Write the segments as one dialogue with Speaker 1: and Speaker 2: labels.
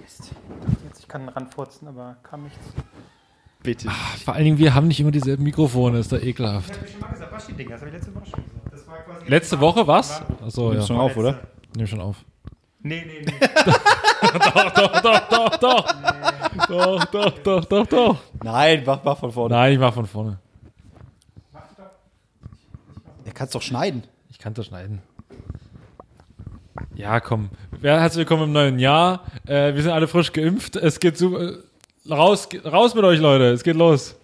Speaker 1: Mist. Ich dachte jetzt, ich kann ranfurzen, aber kam nichts.
Speaker 2: Bitte.
Speaker 3: Vor allen Dingen, wir haben nicht immer dieselben Mikrofone, ist da
Speaker 1: Ich
Speaker 3: ekelhaft.
Speaker 1: habe schon mal gesagt, Waschi-Ding, das habe ich letzte Woche schon gesagt. Das war quasi
Speaker 3: Letzte Woche was? Achso, ja.
Speaker 2: Nimmst schon auf, oder?
Speaker 3: Nimm schon auf.
Speaker 1: Nee, nee, nee.
Speaker 3: Doch, doch, doch, doch. doch, doch, doch, doch, doch.
Speaker 2: Nein, mach, mach von vorne.
Speaker 3: Nein, ich mach von vorne.
Speaker 2: Er kann es doch schneiden.
Speaker 3: Ich kann das schneiden. Ja, komm. Ja, herzlich willkommen im neuen Jahr. Äh, wir sind alle frisch geimpft. Es geht zu. Äh, raus, ge- raus mit euch, Leute. Es geht los.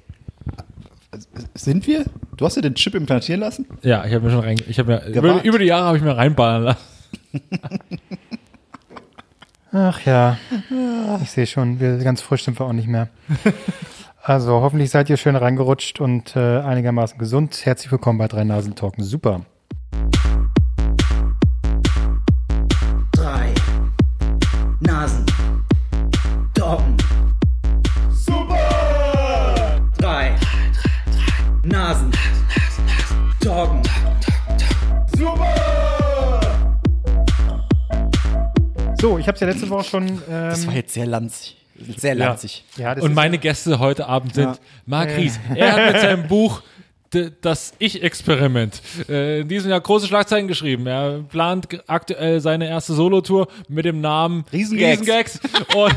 Speaker 2: Also, Sind wir? Du hast dir den Chip implantieren lassen?
Speaker 3: Ja, ich habe mir schon rein. Ich hab mir, über,
Speaker 2: Gewagt.
Speaker 3: über die Jahre habe ich mir reinballern lassen.
Speaker 1: Ach ja, ich sehe schon, wir, ganz frisch sind wir auch nicht mehr. Also hoffentlich seid ihr schön reingerutscht und äh, einigermaßen gesund. Herzlich willkommen bei Drei Nasen Talken. Super.
Speaker 4: drei Nasen. Doggen. Super! Drei Nasen. Doggen.
Speaker 1: So, ich habe es ja letzte Woche schon. Ähm,
Speaker 2: Das war jetzt sehr lanzig. Sehr
Speaker 3: Ja.
Speaker 2: lanzig.
Speaker 1: ja, das
Speaker 3: Und
Speaker 1: ist-
Speaker 3: meine Gäste heute Abend sind
Speaker 2: Ja.
Speaker 3: Marc Ries. Er hat mit seinem Buch D- Das Ich-Experiment äh, in diesem Jahr große Schlagzeilen geschrieben. Er plant ge- aktuell seine erste Solo-Tour mit dem Namen
Speaker 2: Riesengags.
Speaker 3: Riesengags. Und,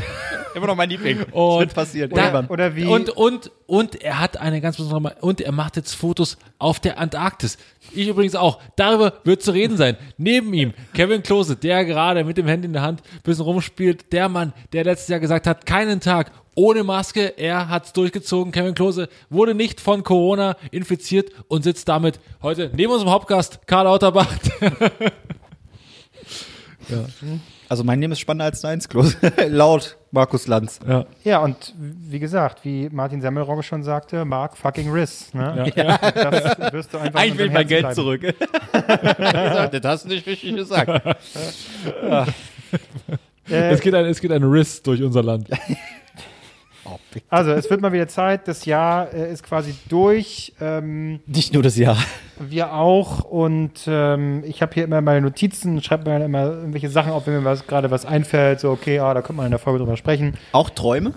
Speaker 2: Immer noch mein Liebling. Und das
Speaker 3: und
Speaker 2: wird passieren.
Speaker 3: Da,
Speaker 2: Irgendwann.
Speaker 1: oder wie-
Speaker 3: Und, und, und er hat eine ganz besondere Ma- Und er macht jetzt Fotos auf der Antarktis. Ich übrigens auch. Darüber wird zu reden sein. Neben ihm Kevin Klose, der gerade mit dem Handy in der Hand ein bisschen rumspielt. Der Mann, der letztes Jahr gesagt hat, keinen Tag ohne Maske. Er hat's durchgezogen. Kevin Klose wurde nicht von Corona infiziert und sitzt damit heute neben unserem Hauptgast Karl Lauterbach.
Speaker 2: Also mein Name ist spannender als deins, Klos. Laut Markus Lanz.
Speaker 3: Ja,
Speaker 1: Ja, und wie gesagt, wie Martin Semmelrogge schon sagte, Mark fucking Riss. Ne?
Speaker 3: ja.
Speaker 1: Das wirst du
Speaker 2: Ah,
Speaker 1: einfach in unserem Herzen bleiben.
Speaker 2: zurück. das hast du nicht richtig gesagt.
Speaker 1: Äh,
Speaker 3: Es, geht ein, es geht ein Riss durch unser Land.
Speaker 2: Oh,
Speaker 1: also, es wird mal wieder Zeit. Das Jahr äh, ist quasi durch. Ähm,
Speaker 2: Nicht nur das Jahr.
Speaker 1: Wir auch und ähm, ich habe hier immer meine Notizen, schreibe mir dann immer irgendwelche Sachen auf, wenn mir was, gerade was einfällt, so okay, ah, da könnte man in der Folge drüber sprechen.
Speaker 2: Auch Träume?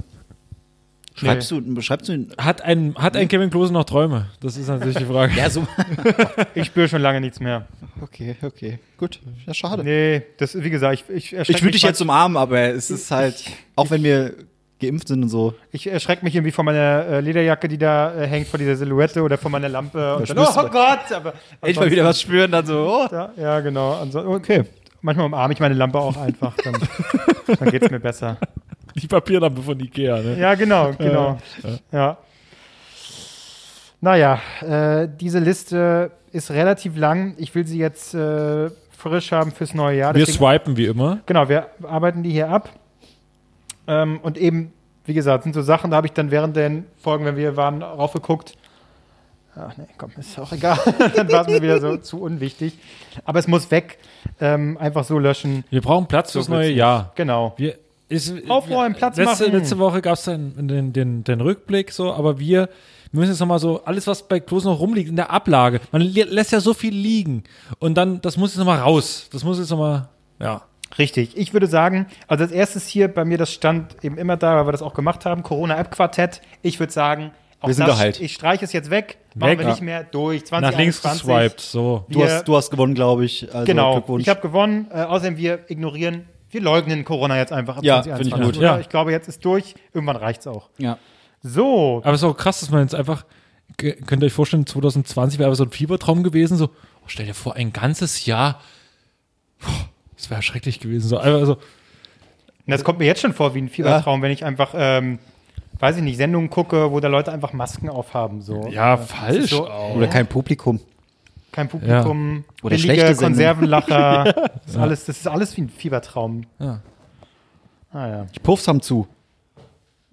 Speaker 1: Schreibst
Speaker 2: Schreibst du, schreibst du
Speaker 3: Hat ein, hat ein Kevin Klose noch Träume? Das ist natürlich die Frage.
Speaker 2: Ja, so.
Speaker 1: Ich spüre schon lange nichts mehr.
Speaker 2: Okay, okay. Gut. Ja, schade.
Speaker 1: Nee, das wie gesagt, ich, ich erschrecke
Speaker 2: Ich würde
Speaker 1: mich,
Speaker 2: dich jetzt umarmen, aber es ist halt, auch wenn wir geimpft sind und so,
Speaker 1: ich erschreck mich irgendwie von meiner äh, Lederjacke, die da äh, hängt, von dieser Silhouette oder von meiner Lampe. Und dann, oh
Speaker 2: spürst du-
Speaker 1: Gott, aber
Speaker 2: endlich mal wieder was spüren, dann so, oh.
Speaker 1: ja, ja, genau. Ansonsten, okay. Manchmal umarme ich meine Lampe auch einfach, dann, dann geht es mir besser.
Speaker 3: Die Papierlampe von Ikea, ne?
Speaker 1: Ja, genau, genau. Ja. Naja, äh, diese Liste ist relativ lang. Ich will sie jetzt äh, frisch haben fürs neue Jahr.
Speaker 3: Wir
Speaker 1: Ah, Deswegen-
Speaker 3: swipen wie immer.
Speaker 1: genau, wir arbeiten die hier ab. Ähm, und eben, wie gesagt, sind so Sachen, da habe ich dann während den Folgen, wenn wir waren, raufgeguckt. Ach nee, komm, ist auch egal. dann war es mir wieder so zu unwichtig. Aber es muss weg. Ähm, einfach so löschen.
Speaker 3: Wir brauchen Platz fürs
Speaker 1: So
Speaker 3: neue
Speaker 1: wird's.
Speaker 3: Jahr.
Speaker 1: Genau.
Speaker 3: Wir, ist,
Speaker 1: Aufräumen,
Speaker 3: wir-
Speaker 1: Platz
Speaker 3: letzte,
Speaker 1: machen.
Speaker 3: Letzte Woche gab es den, den, den, den Rückblick, so, aber wir müssen jetzt nochmal so, alles, was bei Klose noch rumliegt, in der Ablage, man li- lässt ja so viel liegen. Und dann, das muss jetzt nochmal raus. Das muss jetzt nochmal, ja.
Speaker 1: Richtig. Ich würde sagen, also als erstes hier bei mir, das stand eben immer da, weil wir das auch gemacht haben, Corona-App-Quartett. Ich würde sagen, auch
Speaker 2: Wir sind
Speaker 1: das,
Speaker 2: da halt.
Speaker 1: ich streiche es jetzt weg, machen
Speaker 3: Weg,
Speaker 1: wir
Speaker 3: ja.
Speaker 1: nicht mehr, durch.
Speaker 3: Nach links
Speaker 1: 2021.
Speaker 3: geswiped, so.
Speaker 2: Du,
Speaker 1: Wir-
Speaker 2: hast, du hast gewonnen, glaube ich. Also
Speaker 1: Genau,
Speaker 2: Glückwunsch.
Speaker 1: ich habe gewonnen. Äh, außerdem, wir ignorieren, wir leugnen Corona jetzt einfach ab
Speaker 2: Ja, finde ich gut.
Speaker 1: oder?
Speaker 3: Ja.
Speaker 1: Ich glaube, jetzt ist durch. Irgendwann reicht's auch.
Speaker 2: ja.
Speaker 1: So,
Speaker 3: Aber es ist auch krass, dass man jetzt einfach, ge- könnt ihr euch vorstellen, 2020 wäre aber so ein Fiebertraum gewesen, so, oh, stell dir vor, ein ganzes Jahr, Puh, das wäre schrecklich gewesen, so, Also, einfach so,
Speaker 1: das kommt mir jetzt schon vor wie ein Fiebertraum, wenn ich einfach, ähm, weiß ich nicht, Sendungen gucke, wo da Leute einfach Masken aufhaben. So.
Speaker 3: ja, falsch.
Speaker 1: so-
Speaker 3: auch.
Speaker 2: Oh. Oder kein Publikum.
Speaker 1: Kein Publikum,
Speaker 2: Oder
Speaker 1: billige
Speaker 2: schlechte Sendung.
Speaker 1: Konservenlacher. das, ist alles, das ist alles wie ein Fiebertraum.
Speaker 3: Ja.
Speaker 1: Ah, ja.
Speaker 2: Die Puffs haben zu.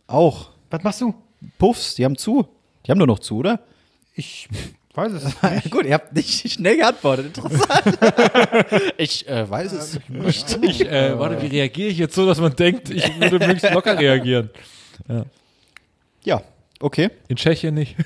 Speaker 2: Auch.
Speaker 1: Was machst du?
Speaker 2: Puffs, die haben zu. Die haben doch noch zu, oder?
Speaker 1: Ich weiß es nicht.
Speaker 2: Gut, ihr habt nicht schnell geantwortet. Interessant. ich äh, weiß es nicht.
Speaker 3: Ich, äh, warte, wie reagiere ich jetzt so, dass man denkt, ich würde möglichst locker reagieren?
Speaker 2: Ja, okay.
Speaker 3: In Tschechien nicht.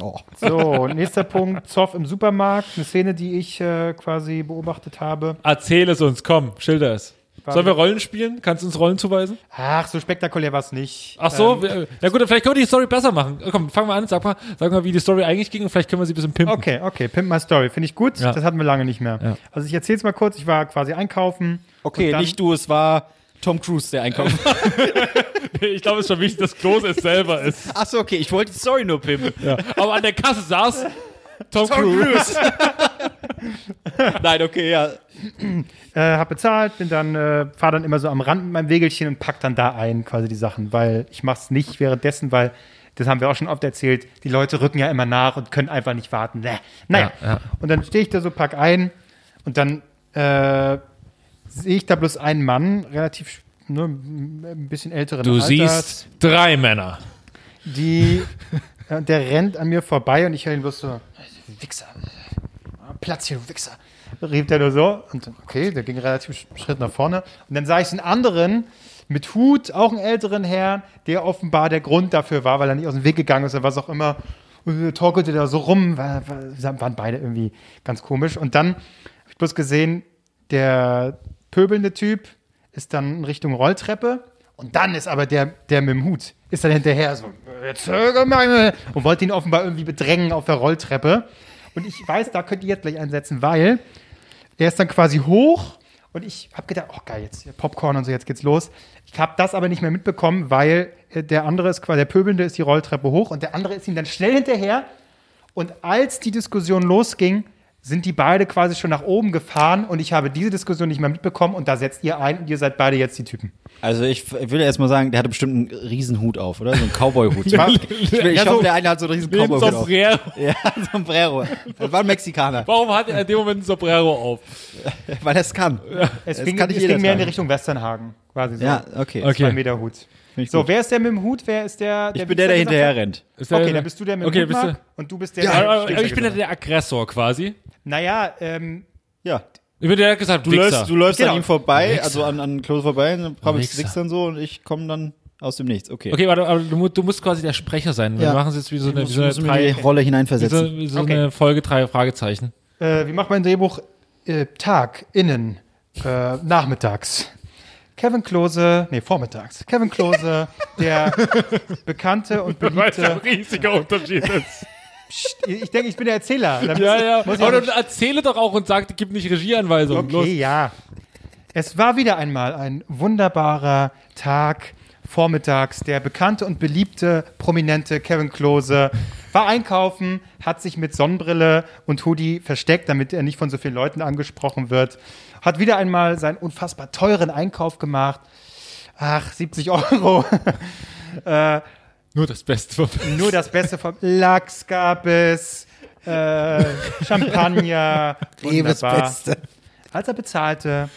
Speaker 2: Oh.
Speaker 1: So, nächster Punkt: Zoff im Supermarkt. Eine Szene, die ich äh, quasi beobachtet habe.
Speaker 3: Erzähl es uns, komm, schilder es. Sollen wir Rollen spielen? Kannst du uns Rollen zuweisen?
Speaker 1: Ach, so spektakulär war es nicht.
Speaker 3: Ach so, wir- na gut, dann vielleicht können wir die Story besser machen. Äh, Komm, fangen wir an, sag mal, sag mal, wie die Story eigentlich ging und vielleicht können wir sie ein bisschen pimpen.
Speaker 1: Okay, okay. Pimp My Story. Finde ich gut.
Speaker 3: Ja.
Speaker 1: Das hatten wir lange nicht mehr.
Speaker 3: Ja.
Speaker 1: Also ich erzähle es mal kurz. Ich war quasi einkaufen. Und
Speaker 2: Okay,
Speaker 1: dann-
Speaker 2: nicht du, es war Tom Cruise, der einkauft.
Speaker 3: Ich glaube, es ist schon wichtig, dass Klose es selber ist.
Speaker 2: Achso, okay, ich wollte die Story nur pimpen.
Speaker 3: Aber an der Kasse saß Tom, Cruise.
Speaker 2: Nein, okay, ja.
Speaker 1: äh, hab bezahlt, bin dann, äh, fahr dann immer so am Rand mit meinem Wägelchen und pack dann da ein, quasi die Sachen, weil ich mach's nicht währenddessen, weil das haben wir auch schon oft erzählt, die Leute rücken ja immer nach und können einfach nicht warten. Bäh. Naja.
Speaker 3: Ja, ja.
Speaker 1: Und dann stehe ich da so, pack ein und dann äh, sehe ich da bloß einen Mann, relativ ne, ein bisschen älteren
Speaker 3: Du
Speaker 1: Alters,
Speaker 3: siehst drei Männer.
Speaker 1: die ja, und der rennt an mir vorbei und ich höre ihn bloß so, Wichser, Platz hier, du Wichser. Rief der nur so und dann, okay, der ging relativ sch- Schritt nach vorne. Und dann sah ich einen anderen mit Hut, auch einen älteren Herrn, der offenbar der Grund dafür war, weil er nicht aus dem Weg gegangen ist oder was auch immer. Und wir torkelte da so rum, war, war, waren beide irgendwie ganz komisch. Und dann habe ich bloß gesehen, der pöbelnde Typ ist dann in Richtung Rolltreppe. Und dann ist aber der, der mit dem Hut, ist dann hinterher so, jetzt zöger mal, und wollte ihn offenbar irgendwie bedrängen auf der Rolltreppe. Und ich weiß, da könnt ihr jetzt gleich einsetzen, weil der ist dann quasi hoch und ich habe gedacht, oh geil, jetzt hier Popcorn und so, jetzt geht's los. Ich habe das aber nicht mehr mitbekommen, weil äh, der andere ist quasi, der Pöbelnde ist die Rolltreppe hoch und der andere ist ihm dann schnell hinterher. Und als die Diskussion losging, sind die beide quasi schon nach oben gefahren und ich habe diese Diskussion nicht mehr mitbekommen und da setzt ihr ein und ihr seid beide jetzt die Typen.
Speaker 2: Also ich f- will erst mal sagen, der hatte bestimmt einen riesen Hut auf, oder? So einen Cowboy-Hut. ich ich, will- ich
Speaker 3: Ja, so-
Speaker 2: hoffe, der eine hat so einen riesen
Speaker 3: Neben
Speaker 2: Cowboy-Hut auf.
Speaker 3: Sombrero.
Speaker 2: Ja, Sombrero. Das war ein Mexikaner,
Speaker 3: Warum hat er in dem Moment ein Sombrero auf?
Speaker 2: weil er es kann.
Speaker 1: Es
Speaker 2: Das
Speaker 1: ging,
Speaker 2: kann
Speaker 1: es
Speaker 2: nicht jeder
Speaker 1: ging mehr in die
Speaker 2: tragen.
Speaker 1: Richtung Westernhagen, quasi so.
Speaker 2: Ja, okay.
Speaker 3: Okay.
Speaker 1: Zwei Meter Hut.
Speaker 2: ich
Speaker 1: So,
Speaker 2: gut.
Speaker 1: wer ist der mit dem Hut? Wer ist der?
Speaker 2: Ich bin der, der hinterher rennt.
Speaker 3: Ist der-
Speaker 1: Okay, dann bist du der mit dem
Speaker 3: Okay,
Speaker 1: Hut,
Speaker 3: bist du-
Speaker 1: Marc, und du bist der,
Speaker 2: Ja,
Speaker 1: der
Speaker 3: Aber ich bin ja der Aggressor quasi.
Speaker 1: Naja, ähm,
Speaker 2: Ja.
Speaker 3: Ich bin der, der hat gesagt,
Speaker 2: Du
Speaker 3: Wichser.
Speaker 2: läufst, du läufst
Speaker 1: Genau.
Speaker 2: an ihm vorbei,
Speaker 3: Wichser.
Speaker 2: also an, an Klose vorbei, und dann habe ich
Speaker 3: Wichser.
Speaker 2: Six dann so und ich komme dann aus dem Nichts. Okay.
Speaker 3: Okay, warte, aber du, mu- du musst quasi der Sprecher sein. Wir
Speaker 2: Ja.
Speaker 3: machen es jetzt wie so eine, wie
Speaker 2: Ich
Speaker 3: so eine,
Speaker 2: muss mich in
Speaker 3: drei,
Speaker 2: die Rolle
Speaker 3: wie so,
Speaker 2: hineinversetzen.
Speaker 3: wie so
Speaker 1: Okay.
Speaker 3: eine Folge drei Fragezeichen.
Speaker 1: Äh, wie macht mein Drehbuch? Äh, Tag, innen, äh, nachmittags. Kevin Klose, nee, vormittags. Kevin Klose, der bekannte und beliebte.
Speaker 3: riesiger Unterschied ist.
Speaker 1: Psst, ich denke, ich bin der Erzähler. Da
Speaker 3: ja,
Speaker 1: muss-
Speaker 3: ja.
Speaker 1: Muss ich
Speaker 3: Aber
Speaker 1: auch
Speaker 3: dann erzähle doch auch und sag, gib nicht Regieanweisungen.
Speaker 1: Okay,
Speaker 3: Los.
Speaker 1: ja. Es war wieder einmal ein wunderbarer Tag vormittags. Der bekannte und beliebte prominente Kevin Klose war einkaufen, hat sich mit Sonnenbrille und Hoodie versteckt, damit er nicht von so vielen Leuten angesprochen wird. Hat wieder einmal seinen unfassbar teuren Einkauf gemacht. Ach, 70 Euro.
Speaker 3: Nur das Beste vom
Speaker 1: Nur das Beste vom Lachs gab es. Äh, Champagner.
Speaker 2: Ewes
Speaker 1: Wunderbar.
Speaker 2: Beste.
Speaker 1: Als er bezahlte,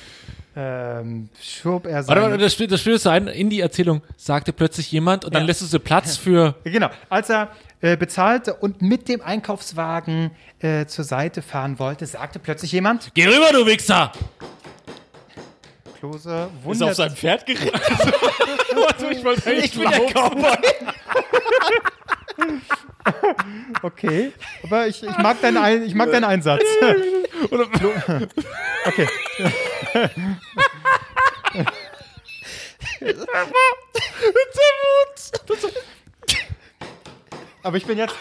Speaker 1: ähm, schob er seine...
Speaker 3: Warte mal, das spielt das Spiel ist so ein, in die Erzählung sagte plötzlich jemand und dann
Speaker 1: Ja.
Speaker 3: lässt du so Platz für.
Speaker 1: Genau, als er äh, bezahlte und mit dem Einkaufswagen äh, zur Seite fahren wollte, sagte plötzlich jemand,
Speaker 3: Geh rüber, du Wichser!
Speaker 1: Klose wundert
Speaker 2: Pferd geritten.
Speaker 3: Ich, wollte
Speaker 2: Ich bin der Cowboy.
Speaker 1: Okay, aber ich, ich mag, deinen Ein ich mag deinen Einsatz. Klo- okay. Aber ich bin jetzt.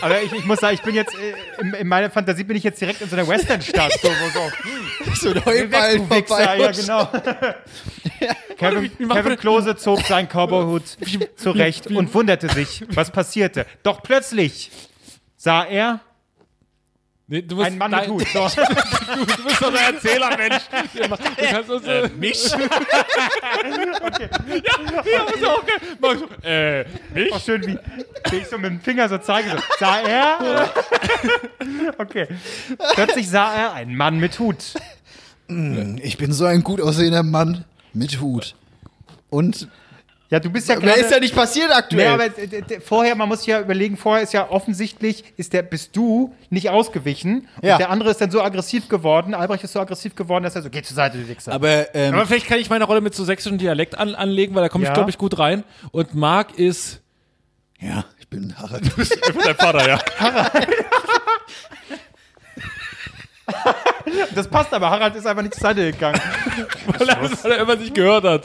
Speaker 1: Aber ich, ich muss sagen, ich bin jetzt. äh, In, in meiner Fantasie bin ich jetzt direkt in so einer Western-Stadt. So, wo so,
Speaker 2: So ein Heuballen
Speaker 1: Weg, du Wichser,
Speaker 2: vorbei.
Speaker 1: ja, genau. Kevin,
Speaker 3: wie macht
Speaker 1: Kevin
Speaker 3: man-
Speaker 1: Klose zog seinen Cowboyhut zurecht und wunderte sich, was passierte. Doch plötzlich sah er
Speaker 3: Nee, du musst
Speaker 1: einen Mann mit
Speaker 3: dein-
Speaker 1: Hut. So.
Speaker 3: Du bist doch der Erzähler, Mensch. Du kannst uns, äh, mich? Ja, ja, ist auch geil. Mach so, äh, mich?
Speaker 1: Auch schön, wie, wie ich so mit dem Finger so zeige. So, sah er? Okay. Plötzlich sah er einen Mann mit Hut.
Speaker 5: Ich bin so ein gut aussehender Mann mit Hut. Und
Speaker 1: Ja, du bist ja
Speaker 5: mehr
Speaker 1: gerade...
Speaker 5: ist ja nicht passiert
Speaker 1: Nee,
Speaker 5: aktuell.
Speaker 1: aber äh, d- d- vorher, man muss sich ja überlegen, vorher ist ja offensichtlich, ist der, bist du nicht ausgewichen.
Speaker 2: Ja.
Speaker 1: Und der andere ist dann so aggressiv geworden, Albrecht ist so aggressiv geworden, dass er so, geh zur Seite, du Wichser.
Speaker 2: Aber, ähm,
Speaker 3: Aber vielleicht kann ich meine Rolle mit so sächsischem Dialekt an, anlegen, weil da komme
Speaker 1: Ja.
Speaker 3: ich, glaube ich, gut rein. Und Marc ist.
Speaker 5: ja, ich bin Harald.
Speaker 3: Dein Vater, ja.
Speaker 1: Das passt aber, Harald ist einfach nicht zur Seite gegangen.
Speaker 3: Weil er das, weil er immer nicht gehört hat.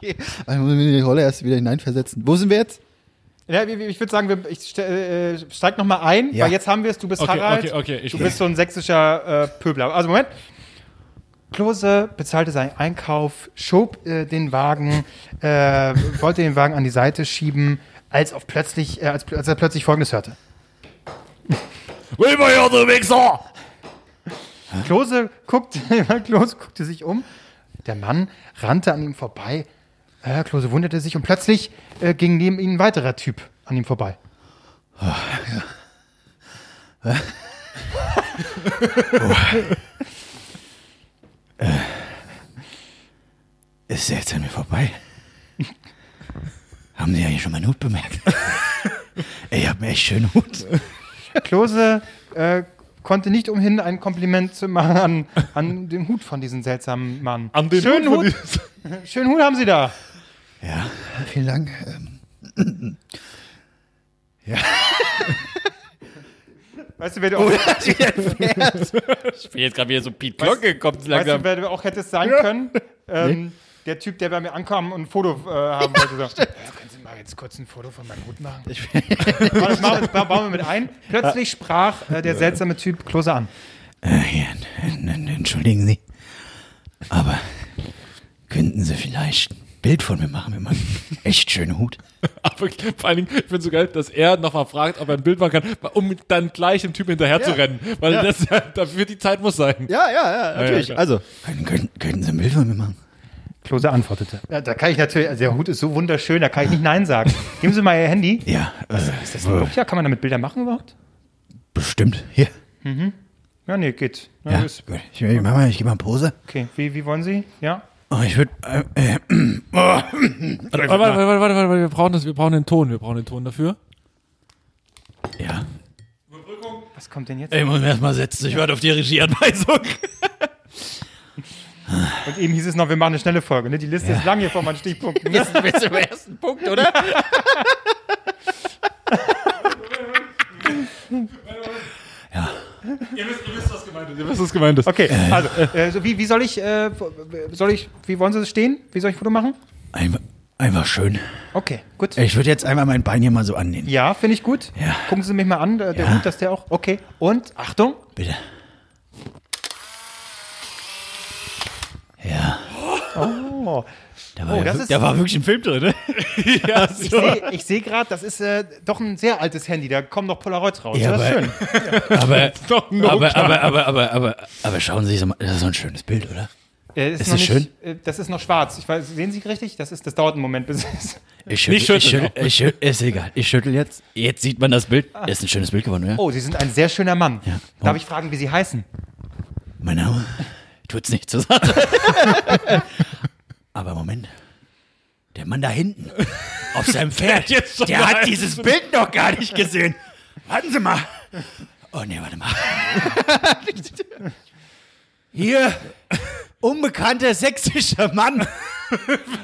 Speaker 2: Ich muss mich in die Rolle erst wieder hineinversetzen. Wo sind wir jetzt?
Speaker 1: Ja, ich, ich würde sagen, wir, ich ste- äh, steig nochmal ein,
Speaker 2: Ja.
Speaker 1: weil jetzt haben wir es, du bist
Speaker 3: Okay,
Speaker 1: Harald,
Speaker 3: okay, okay, ich
Speaker 1: du
Speaker 3: bin-
Speaker 1: bist so ein sächsischer äh, Pöbler. Also Moment. Klose bezahlte seinen Einkauf, schob äh, den Wagen, äh, wollte den Wagen an die Seite schieben, als, auf plötzlich, äh, als, pl- als er plötzlich Folgendes hörte.
Speaker 6: Wilma, ja, du Wichser!
Speaker 1: Klose, guckt, Klose guckte sich um. Der Mann rannte an ihm vorbei. Äh, Klose wunderte sich und plötzlich äh, ging neben ihm ein weiterer Typ an ihm vorbei.
Speaker 2: Ist der jetzt an mir vorbei? Haben die eigentlich schon meinen Hut bemerkt? Ey, ich hab mir echt schönen Hut.
Speaker 1: Klose äh, konnte nicht umhin, ein Kompliment zu machen an, an den Hut von diesem seltsamen Mann.
Speaker 6: An den
Speaker 1: schönen
Speaker 6: Hut
Speaker 1: Hut,
Speaker 6: von
Speaker 1: schönen Hut haben Sie da.
Speaker 2: Ja, vielen Dank. Ähm,
Speaker 1: Weißt du, wer
Speaker 2: Oh,
Speaker 1: du auch, weißt
Speaker 6: Ich bin jetzt gerade wieder so Piet Glocke, kommt
Speaker 1: du,
Speaker 6: langsam.
Speaker 1: wer du auch hättest sein können? Ähm, Der Typ, der bei mir ankam und ein Foto äh, haben wollte. So. Ja, können Sie mal jetzt kurz ein Foto von meinem Hut machen? Warte, das, machen wir, das bauen wir mit ein. Plötzlich sprach äh, der seltsame Typ Klose an.
Speaker 2: äh, hier, n- n- entschuldigen Sie. Aber könnten Sie vielleicht ein Bild von mir machen mit meinem echt schönen Hut?
Speaker 3: Aber vor allen Dingen, ich finde so geil, dass er nochmal fragt, ob er ein Bild machen kann, um dann gleich dem Typen hinterher zu rennen. Weil das ja, dafür die Zeit muss sein.
Speaker 2: Ja, ja, ja,
Speaker 3: natürlich. klar.
Speaker 2: also. Könnten, könnten Sie ein Bild von mir machen?
Speaker 1: Klose antwortete. Ja, da kann ich natürlich, also der Hut ist so wunderschön, da kann ich nicht Nein sagen. Geben Sie mal Ihr Handy.
Speaker 2: Ja, äh,
Speaker 1: Ja, kann man damit Bilder machen überhaupt?
Speaker 2: bestimmt. Hier.
Speaker 1: Ja, nee, geht. Na,
Speaker 2: Ja,
Speaker 1: ist-
Speaker 2: gut. Ich, ich, mach mal, ich gebe mal eine Pose.
Speaker 1: Okay, wie, wie wollen Sie? Ja?
Speaker 2: Oh, ich würde. Äh, äh,
Speaker 3: Warte, warte, warte, warte, warte, warte, wir brauchen das, wir brauchen den Ton, wir brauchen den Ton dafür.
Speaker 2: ja.
Speaker 1: Was kommt denn jetzt?
Speaker 6: Ich muss mich erstmal setzen, ich warte auf die Regieanweisung.
Speaker 1: Und eben hieß es noch, wir machen eine schnelle Folge. Ne? Die Liste ist lang hier vor meinen Stichpunkten. Ne?
Speaker 6: Du bist im ersten Punkt, oder?
Speaker 3: Ihr wisst, ihr wisst was gemeint ist. Ihr wisst, was gemeint ist.
Speaker 1: Okay, also, äh, so wie, wie soll ich, äh, soll ich, wie wollen Sie stehen? Wie soll ich ein Foto machen?
Speaker 2: Einfach, einfach schön.
Speaker 1: Okay, gut.
Speaker 2: Ich würde jetzt einmal mein Bein hier mal so annehmen.
Speaker 1: Ja, finde ich gut.
Speaker 2: Ja.
Speaker 1: Gucken Sie mich mal an, äh, der
Speaker 2: Ja.
Speaker 1: Hut, dass der auch. Okay, und Achtung.
Speaker 2: Bitte. Ja.
Speaker 1: Oh,
Speaker 2: Da war,
Speaker 1: Oh,
Speaker 2: ja
Speaker 1: das
Speaker 2: wir-
Speaker 1: ist-
Speaker 2: da war wirklich ein Film drin, ne?
Speaker 3: Ja, so.
Speaker 1: ich sehe ich seh gerade, das ist äh, doch ein sehr altes Handy. Da kommen noch Polaroids raus. ne?
Speaker 2: Ja,
Speaker 1: das ist
Speaker 2: aber-
Speaker 1: schön.
Speaker 2: Aber,
Speaker 3: doch ein
Speaker 2: aber, aber, aber, aber, aber, aber schauen Sie sich das mal, das ist so ein schönes Bild, oder?
Speaker 1: Äh,
Speaker 2: Ist
Speaker 1: noch
Speaker 2: das
Speaker 1: nicht- Äh, das ist noch schwarz. Ich weiß, sehen Sie richtig? Das, ist, das dauert einen Moment, bis es.
Speaker 2: Ich schüttel, ich
Speaker 3: Nicht schütteln,
Speaker 2: schüttel, ich schüttel, ist egal. Ich schüttel jetzt. Jetzt sieht man das Bild. Ist ein schönes Bild geworden, oder?
Speaker 1: Oh, Sie sind ein sehr schöner Mann.
Speaker 2: Ja.
Speaker 1: Darf ich fragen, wie Sie heißen?
Speaker 2: Mein Name tut's nicht zur Sache. Aber Moment. Der Mann da hinten auf seinem Pferd,
Speaker 3: Jetzt schon
Speaker 2: der hat
Speaker 3: geheim.
Speaker 2: dieses Bild noch gar nicht gesehen. Warten Sie mal. Oh nee, warte mal. Hier, unbekannter sächsischer Mann.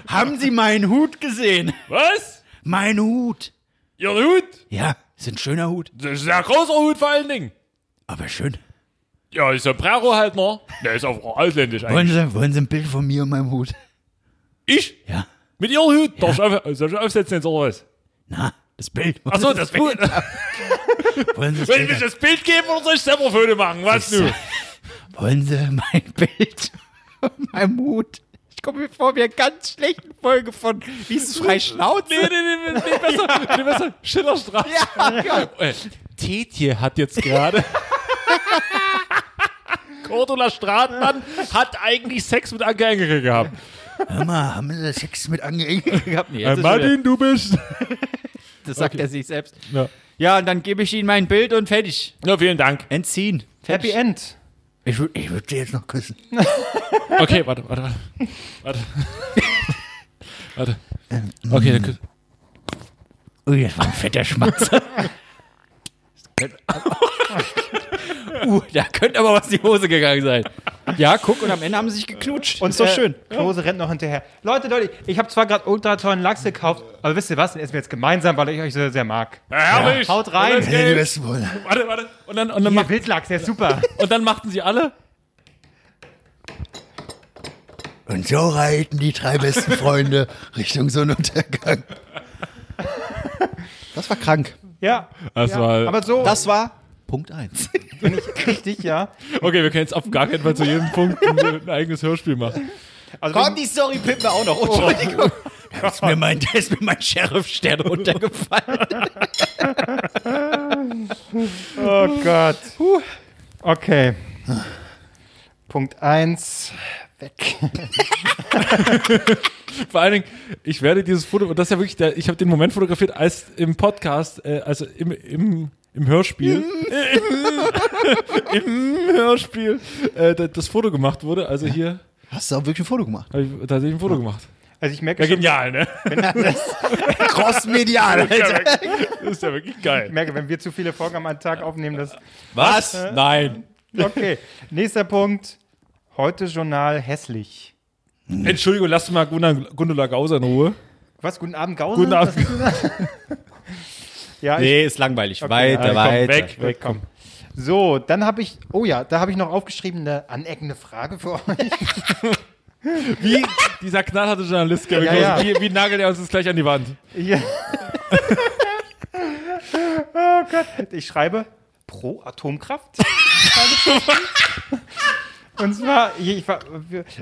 Speaker 2: Haben Sie meinen Hut gesehen?
Speaker 3: Was?
Speaker 2: Mein Hut.
Speaker 3: Ihr Hut?
Speaker 2: Ja, ist ein schöner Hut,
Speaker 3: Das ist ein sehr großer Hut vor allen Dingen.
Speaker 2: aber schön.
Speaker 3: Ja, ist ein Brero halt noch. Der ist auch ausländisch
Speaker 2: Wollen
Speaker 3: eigentlich.
Speaker 2: Sie, wollen Sie ein Bild von mir und meinem Hut?
Speaker 3: Ich?
Speaker 2: Ja.
Speaker 3: Mit ihrem Hut? Darf ich, auf, soll ich aufsetzen jetzt oder was?
Speaker 2: Na, das Bild.
Speaker 3: Ach so, das Bild.
Speaker 2: Wollen Sie das
Speaker 3: Will
Speaker 2: Bild
Speaker 3: ich das Bild geben oder soll ich selber Föhne machen? Was
Speaker 2: Ich
Speaker 3: du?
Speaker 2: Wollen Sie mein Bild und meinem Hut? Ich komme mir vor wie eine ganz schlechten Folge von Wie ist es frei
Speaker 3: Nee,
Speaker 2: Schnauze?
Speaker 3: nee, nee, nee, nee, besser, nee, besser. Schillerstraße.
Speaker 2: Ja,
Speaker 3: Äh, Tetje hat jetzt gerade. Cordula Stratmann hat eigentlich Sex mit Anke Engelke gehabt.
Speaker 2: Hör mal, haben Sie das Sex mit angehängt gehabt? Nee,
Speaker 3: Äh, Martin, du bist.
Speaker 2: das sagt er sich selbst.
Speaker 3: Ja.
Speaker 2: Ja, und dann gebe ich Ihnen mein Bild und fertig.
Speaker 3: Na, vielen Dank.
Speaker 2: Entziehen.
Speaker 1: Happy End.
Speaker 2: Ich würde ich würd Sie jetzt noch küssen.
Speaker 3: Okay, warte, warte, warte. Warte. warte. Okay, dann küss.
Speaker 2: Ui, Oh, das war ein fetter Schmatzer. uh, da könnte aber was in die Hose gegangen sein. Ja, guck.
Speaker 5: Und am Ende haben sie sich geknutscht.
Speaker 1: Und
Speaker 5: ist doch
Speaker 1: äh,
Speaker 5: schön.
Speaker 1: Klose rennt noch hinterher. Leute, Leute, ich habe zwar gerade ultra tollen Lachs gekauft, aber wisst ihr was? Den essen wir jetzt gemeinsam, weil ich euch so sehr mag.
Speaker 3: Herrlich.
Speaker 1: Haut rein.
Speaker 3: Und dann,
Speaker 5: Westwohl.
Speaker 3: warte, warte. Und dann, und, dann
Speaker 1: Hier,
Speaker 3: macht,
Speaker 1: Wildlachs, der ist super.
Speaker 3: und dann machten sie alle.
Speaker 5: Und so reiten die drei besten Freunde Richtung Sonnenuntergang. Das war krank.
Speaker 1: ja.
Speaker 3: Das
Speaker 1: ja.
Speaker 3: war-
Speaker 1: aber so
Speaker 5: Das war Punkt 1.
Speaker 1: bin ich richtig, ja.
Speaker 3: Okay, wir können jetzt auf gar keinen Fall zu jedem Punkt ein, ein eigenes Hörspiel machen.
Speaker 1: Also
Speaker 5: Komm, die Story pippen wir auch noch. Oh, Entschuldigung. Da ist mir mein, da ist mir mein Sheriff-Stern runtergefallen.
Speaker 1: Oh Gott. Okay. Punkt 1. Weg.
Speaker 3: Vor allen Dingen, ich werde dieses Foto, und das ist ja wirklich, der, ich habe den Moment fotografiert, als im Podcast, äh, also im, im, im Hörspiel, im, im Hörspiel, äh, da- das Foto gemacht wurde. Also hier
Speaker 5: Hast du auch wirklich ein Foto gemacht?
Speaker 3: habe ich tatsächlich ein Foto gemacht.
Speaker 1: Also ich merke
Speaker 3: Ja,
Speaker 1: schon,
Speaker 3: genial, ne?
Speaker 5: Crossmedial, Alter.
Speaker 3: Das ist ja wirklich geil.
Speaker 1: ich merke, wenn wir zu viele Vorgaben am Tag aufnehmen, das
Speaker 3: Was? Nein.
Speaker 1: Okay. Nächster Punkt. Heute Journal hässlich.
Speaker 3: Entschuldigung, lass mal Gunda- Gundula Gauser in Ruhe.
Speaker 1: Was? Guten Abend, Gausen?
Speaker 3: Guten Abend.
Speaker 1: Ja, ich,
Speaker 5: Nee, ist langweilig.
Speaker 1: ja,
Speaker 5: weiter,
Speaker 1: komm,
Speaker 5: weiter.
Speaker 3: Weg, weg, komm.
Speaker 1: komm. So, dann habe ich, oh ja, da habe ich noch aufgeschrieben eine aneckende Frage für euch.
Speaker 3: Wie dieser knallharte Journalist, Kevin
Speaker 1: Ja,
Speaker 3: Klose,
Speaker 1: ja.
Speaker 3: Wie, wie nagelt er uns das gleich an die Wand?
Speaker 1: Ja. oh Gott. Ich schreibe pro Atomkraft. Und zwar, ich war,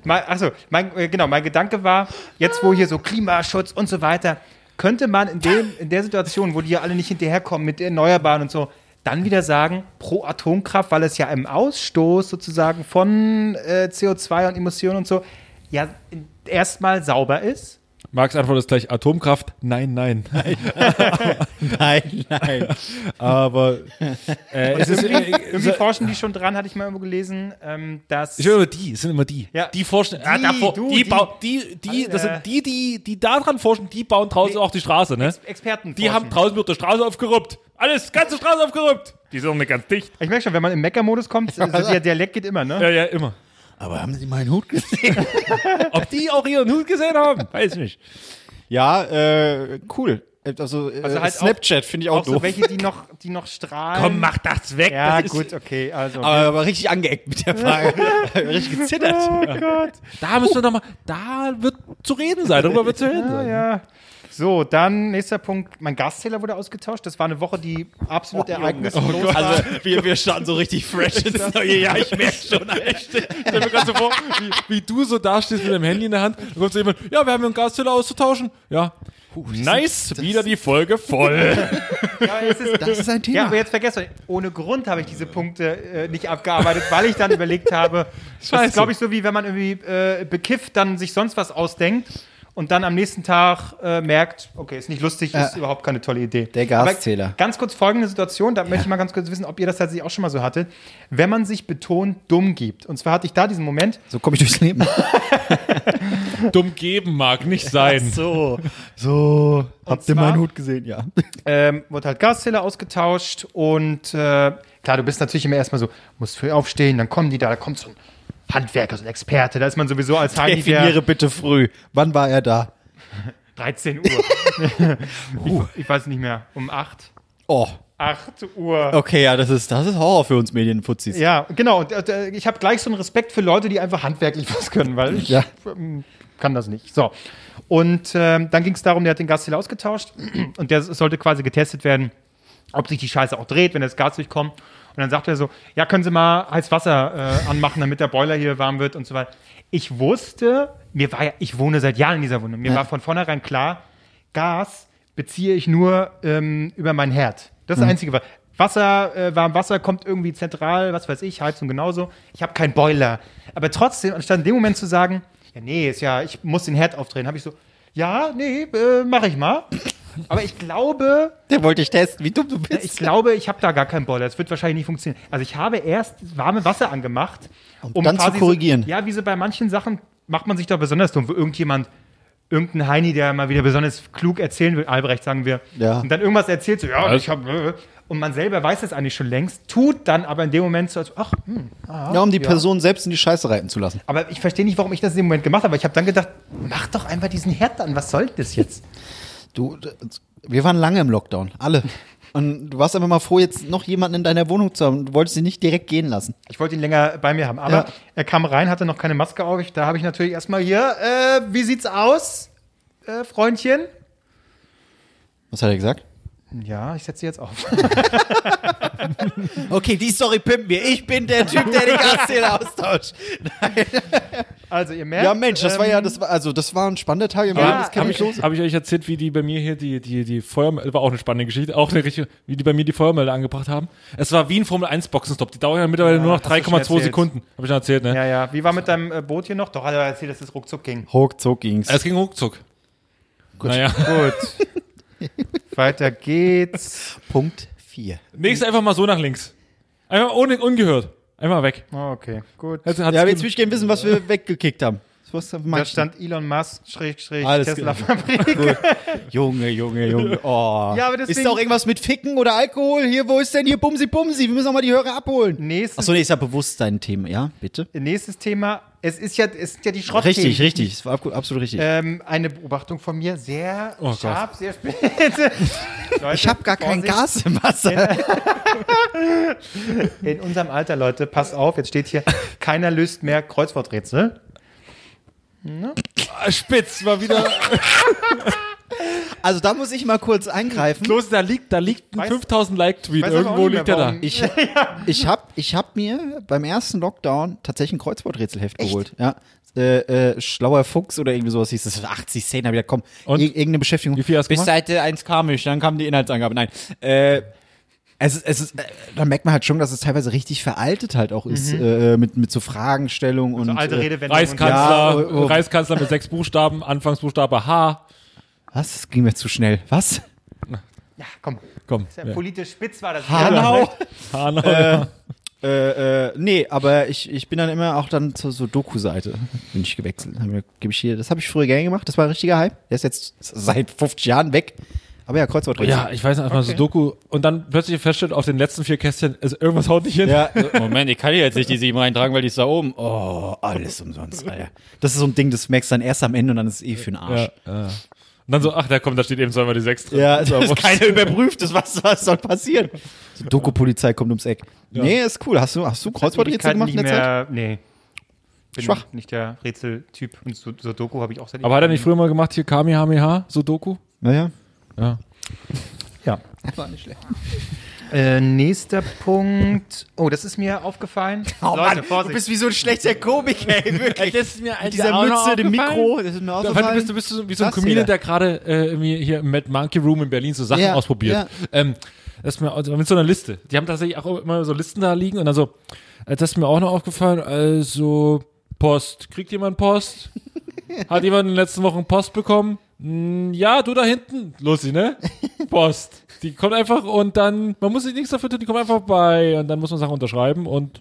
Speaker 1: mein, achso, mein, äh, genau, mein Gedanke war, jetzt wo hier so Klimaschutz und so weiter, könnte man in, dem, in der Situation, wo die ja alle nicht hinterherkommen mit Erneuerbaren und so, dann wieder sagen, pro Atomkraft, weil es ja im Ausstoß sozusagen von äh, CO2 und Emissionen und so, ja, erstmal sauber ist
Speaker 3: Marks Antwort ist gleich Atomkraft. Nein, nein.
Speaker 5: Nein, nein.
Speaker 3: Aber äh, es ist, äh,
Speaker 1: Irgendwie forschen die schon dran, hatte ich mal irgendwo gelesen, ähm, dass.
Speaker 3: ich höre immer die, es sind immer die.
Speaker 1: Ja.
Speaker 3: Die forschen, ah,
Speaker 1: Die,
Speaker 3: davor,
Speaker 1: du,
Speaker 3: die,
Speaker 1: die.
Speaker 3: bau- die, die, das
Speaker 1: Alle. äh,
Speaker 3: sind die, die, die daran forschen, die bauen draußen
Speaker 1: Nee.
Speaker 3: auch die Straße, ne?
Speaker 1: Experten.
Speaker 3: Die haben draußen wird die Straße aufgeruppt. Alles, ganze Straße aufgeruppt. Die sind auch nicht ganz dicht.
Speaker 1: Ich merke schon, wenn man im Mecker-Modus kommt, also der Dialekt geht immer, ne?
Speaker 3: Ja, ja, immer.
Speaker 5: Aber haben Sie meinen Hut gesehen?
Speaker 3: Ob die auch ihren Hut gesehen haben? Weiß nicht.
Speaker 5: Ja, äh, cool. Also, äh,
Speaker 1: Also halt auch-
Speaker 5: Snapchat finde ich auch,
Speaker 1: Auch so
Speaker 5: doof.
Speaker 1: welche, die noch, die noch strahlen.
Speaker 3: Komm, mach das weg.
Speaker 1: Ja,
Speaker 3: das ist-
Speaker 1: gut, okay. Also.
Speaker 5: aber, aber richtig angeeckt mit der Frage. richtig
Speaker 1: Oh
Speaker 5: gezittert.
Speaker 3: Da müssen wir nochmal, da wird zu reden sein, darüber wird zu reden sein.
Speaker 1: ja. So, dann nächster Punkt. Mein Gaszähler wurde ausgetauscht. Das war eine Woche, die absolut
Speaker 5: Oh,
Speaker 1: ereignislos war.
Speaker 5: Also wir, wir starten so richtig fresh ins neue Jahr. Ich merke schon, Alter.
Speaker 3: Ich stell mir gerade so vor, wie, wie du so dastehst mit dem Handy in der Hand, dann kommt so jemand, ja, wir haben hier einen Gaszähler auszutauschen. Ja. nice, wieder die Folge voll.
Speaker 1: Ja, es ist,
Speaker 5: Das ist ein Thema.
Speaker 1: ja, aber jetzt vergesst euch, ohne Grund habe ich diese Punkte äh, nicht abgearbeitet, weil ich dann überlegt habe, das
Speaker 3: Scheiße.
Speaker 1: ist, glaube ich, so wie wenn man irgendwie äh, bekifft, dann sich sonst was ausdenkt und dann am nächsten Tag äh, merkt, okay, ist nicht lustig, ist überhaupt keine tolle Idee.
Speaker 5: Der Gaszähler.
Speaker 1: Aber ganz kurz folgende Situation, da möchte ich mal ganz kurz wissen, ob ihr das tatsächlich auch schon mal so hattet. Wenn man sich betont dumm gibt, und zwar hatte ich da diesen Moment,
Speaker 5: So komme ich durchs Leben.
Speaker 3: Dumm geben mag nicht sein.
Speaker 5: So, so. Habt ihr
Speaker 1: zwar-
Speaker 5: meinen Hut gesehen? Ja.
Speaker 1: ähm, wurde halt Gaszähler ausgetauscht und äh, klar, du bist natürlich immer erstmal so, musst früh aufstehen, dann kommen die da, da kommt so ein Handwerker, so ein Experte, da ist man sowieso als Heini
Speaker 5: Definiere
Speaker 1: der
Speaker 5: bitte früh. Wann war er da?
Speaker 1: 13 Uhr. ich, ich weiß nicht mehr, um 8.
Speaker 5: Oh,
Speaker 1: 8 Uhr.
Speaker 5: okay, ja, das ist, das ist Horror für uns Medienfuzis.
Speaker 1: Ja, genau. Und äh, ich habe gleich so einen Respekt für Leute, die einfach handwerklich was können, weil ich
Speaker 5: Ja.
Speaker 1: ähm, kann das nicht. So. Und ähm, dann ging es darum, der hat den Gaszähler ausgetauscht und der sollte quasi getestet werden, ob sich die Scheiße auch dreht, wenn das Gas durchkommt. Und dann sagt er so, ja, können Sie mal heiß Wasser äh, anmachen, damit der Boiler hier warm wird und so weiter. Ich wusste, mir war ja, ich wohne seit Jahren in dieser Wohnung, mir war von vornherein klar, Gas beziehe ich nur ähm, über mein Herd. Das ist das Einzige. was- Wasser, äh, warm Wasser kommt irgendwie zentral, was weiß ich, Heizung genauso. Ich habe keinen Boiler. Aber trotzdem, anstatt in dem Moment zu sagen, ja, nee, ist ja, ich muss den Herd aufdrehen, habe ich so, ja, nee, äh, mache ich mal. Aber ich glaube,
Speaker 5: Der wollte ich testen, wie dumm du
Speaker 1: ja,
Speaker 5: bist.
Speaker 1: Äh, ich glaube, ich habe da gar keinen Boiler. Das wird wahrscheinlich nicht funktionieren. Also ich habe erst das warme Wasser angemacht, um,
Speaker 5: dann zu
Speaker 1: quasi
Speaker 5: korrigieren.
Speaker 1: So, ja, wie so bei manchen Sachen macht man sich da besonders dumm, wo irgendjemand irgendein Heini, der mal wieder besonders klug erzählen will, Albrecht sagen wir,
Speaker 2: Ja.
Speaker 1: und dann irgendwas erzählt, so, ja,
Speaker 3: Was?
Speaker 1: ich habe und man selber weiß das eigentlich schon längst, tut dann aber in dem Moment so, als, ach, hm,
Speaker 2: Ja, um die Person selbst in die Scheiße reiten zu lassen.
Speaker 1: aber ich verstehe nicht, warum ich das in dem Moment gemacht habe, aber ich habe dann gedacht, mach doch einfach diesen Herd an, was soll das jetzt?
Speaker 2: Du, d- wir waren lange im Lockdown, alle. Und du warst einfach mal froh, jetzt noch jemanden in deiner Wohnung zu haben. Du wolltest ihn nicht direkt gehen lassen.
Speaker 1: Ich wollte ihn länger bei mir haben, aber
Speaker 2: Ja.
Speaker 1: er kam rein, hatte noch keine Maske auf, ich, da habe ich natürlich erstmal hier, äh, wie sieht's aus, äh, Freundchen?
Speaker 2: Was hat er gesagt?
Speaker 1: Ja, ich setze sie jetzt auf.
Speaker 2: Okay, die Story pimpen wir. Ich bin der Typ, der die Gaszähler austauscht.
Speaker 1: Also ihr merkt,
Speaker 2: Ja, Mensch, das war ja,
Speaker 1: ähm,
Speaker 2: das war, also, das war ein spannender Tag im
Speaker 1: Ja,
Speaker 2: Leben des
Speaker 1: hab
Speaker 3: Habe
Speaker 2: Kevin
Speaker 3: ich,
Speaker 2: Klose.
Speaker 3: hab ich euch erzählt, wie die bei mir hier die, die, die Feuermelder, war auch eine spannende Geschichte, auch eine richtige, wie die bei mir die Feuermelder angebracht haben. Es war wie ein Formel-1-Boxenstopp. Die dauern ja mittlerweile nur noch
Speaker 1: hast du schon
Speaker 3: 3,2
Speaker 1: erzählt.
Speaker 3: Sekunden. Habe ich schon erzählt, ne?
Speaker 1: Ja, ja. Wie war mit deinem äh, Boot hier noch? Doch, hat er erzählt, dass es ruckzuck ging.
Speaker 2: Ruckzuck ging's.
Speaker 3: Es ging ruckzuck. Gut. Naja.
Speaker 1: Gut. Weiter geht's.
Speaker 2: Punkt 4.
Speaker 3: Nächstes einfach mal so nach links. Einfach ohne, ungehört. Einfach weg.
Speaker 1: Oh, Okay, gut.
Speaker 3: Also hat's
Speaker 2: Ja, aber jetzt
Speaker 3: gegeben.
Speaker 2: will ich gerne wissen, was wir weggekickt haben. Was
Speaker 1: Da stand Elon Musk, Schrägstrich,
Speaker 2: Alles
Speaker 1: Tesla
Speaker 2: klar.
Speaker 1: Fabrik.
Speaker 2: Junge, Junge, Junge. Oh.
Speaker 1: Ja, aber
Speaker 2: ist
Speaker 1: deswegen-
Speaker 2: da auch irgendwas mit Ficken oder Alkohol? Hier, wo ist denn hier Bumsi Bumsi? Wir müssen auch mal die Hörer abholen.
Speaker 1: Nächstes,
Speaker 2: Achso, nee, ist ja Bewusstsein-Thema, ja, bitte.
Speaker 1: nächstes Thema. Es ist ja, es sind ja die Schrott.
Speaker 2: Richtig, richtig. Es war abgu- absolut richtig.
Speaker 1: Ähm, eine Beobachtung von mir, sehr
Speaker 3: Oh Gott.
Speaker 1: scharf, sehr spät.
Speaker 2: ich habe gar kein Gas im Wasser.
Speaker 1: In unserem Alter, Leute, passt auf, jetzt steht hier, keiner löst mehr Kreuzworträtsel.
Speaker 3: Ah, Spitz, war wieder.
Speaker 2: Also da muss ich mal kurz eingreifen.
Speaker 3: Los, da liegt, da liegt ein
Speaker 1: Weiß-
Speaker 3: 5000 Like-Tweet.
Speaker 1: weiß aber auch
Speaker 3: Irgendwo
Speaker 1: nicht mehr,
Speaker 3: liegt er da.
Speaker 1: warum-
Speaker 2: Ich, ich habe ich hab mir beim ersten Lockdown tatsächlich ein Kreuzworträtselheft geholt. Ja. Äh, äh, schlauer Fuchs oder irgendwie sowas hieß es. 80 Cent, hab ich gedacht, komm,
Speaker 3: Und?
Speaker 2: ir- irgendeine Beschäftigung.
Speaker 3: Wie viel hast du
Speaker 2: Bis
Speaker 3: gemacht?
Speaker 2: Seite 1 kam ich, dann kam die Inhaltsangabe. Nein. Äh, es ist, es ist, äh, da merkt man halt schon, dass es teilweise richtig veraltet halt auch ist,
Speaker 3: Mhm.
Speaker 2: äh, mit, mit so Fragenstellung
Speaker 3: Also
Speaker 2: und.
Speaker 1: So alte
Speaker 2: äh,
Speaker 1: Redewendungen. und-
Speaker 3: Reichskanzler,
Speaker 2: Ja, oh, oh.
Speaker 3: Reichskanzler mit sechs Buchstaben, Anfangsbuchstabe H.
Speaker 2: Was? Das ging mir zu schnell. Was?
Speaker 1: Ja, komm.
Speaker 3: Komm.
Speaker 1: Ist ja Politisch spitz war das.
Speaker 2: Hanau?
Speaker 3: Hanau.
Speaker 2: Äh, äh, nee, aber ich, ich bin dann immer auch dann zur so Doku-Seite bin ich gewechselt. Hab mir- Geb ich hier, das habe ich früher gerne gemacht. Das war ein richtiger Hype. Der ist jetzt seit 50 Jahren weg. Aber ja, Kreuzworträtsel.
Speaker 3: Ja, ich weiß nicht, einfach so Doku. Und dann plötzlich feststellt auf den letzten vier Kästchen, also irgendwas haut nicht hin.
Speaker 2: Ja,
Speaker 5: Moment, ich kann hier jetzt nicht die sieben eintragen, weil die ist da oben. Oh.
Speaker 2: oh, alles umsonst, Alter. Das ist so ein Ding, das merkst du dann erst am Ende und dann ist es eh für den Arsch.
Speaker 3: Ja. Und dann so, ach, da kommt, da steht eben zweimal die sechs drin.
Speaker 2: Ja, das ist keiner überprüft, das was, was soll passieren. So Doku-Polizei kommt ums Eck. Nee, ist cool. Hast du, hast du Kreuzworträtsel
Speaker 1: Ewigkeiten
Speaker 2: gemacht in der
Speaker 1: nie
Speaker 2: Zeit?
Speaker 1: mehr- Nee. Bin
Speaker 2: Schwach.
Speaker 1: nicht der Rätseltyp. Und so, so Doku habe ich auch seit
Speaker 3: Aber hat er nicht früher mal gemacht, hier Kamehameha, so Doku?
Speaker 2: Naja.
Speaker 3: Ja.
Speaker 1: Ja. War nicht schlecht. Äh, nächster Punkt. Oh, das ist mir aufgefallen.
Speaker 2: Oh
Speaker 1: Leute,
Speaker 2: Mann, du
Speaker 1: Vorsicht.
Speaker 2: bist wie so ein schlechter Komik, ey, wirklich.
Speaker 3: Das ist mir
Speaker 2: Mit dieser Mütze, dem Mikro, das ist mir
Speaker 3: Du
Speaker 2: aufgefallen.
Speaker 3: bist, du bist so wie so ein
Speaker 2: Das
Speaker 3: Comedian,
Speaker 2: jeder.
Speaker 3: der gerade äh, irgendwie hier im Mad Monkey Room in Berlin so Sachen
Speaker 2: Ja,
Speaker 3: ausprobiert.
Speaker 2: ja.
Speaker 3: Ähm, das ist mir also mit so einer Liste. Die haben tatsächlich auch immer so Listen da liegen und dann so, äh, das ist mir auch noch aufgefallen, also Post. Kriegt jemand Post? Hat jemand in den letzten Wochen Post bekommen? Hm, Ja, du da hinten, Lucy, ne? Post. Die kommt einfach und dann, man muss sich nichts dafür tun, die kommt einfach bei und dann muss man Sachen unterschreiben und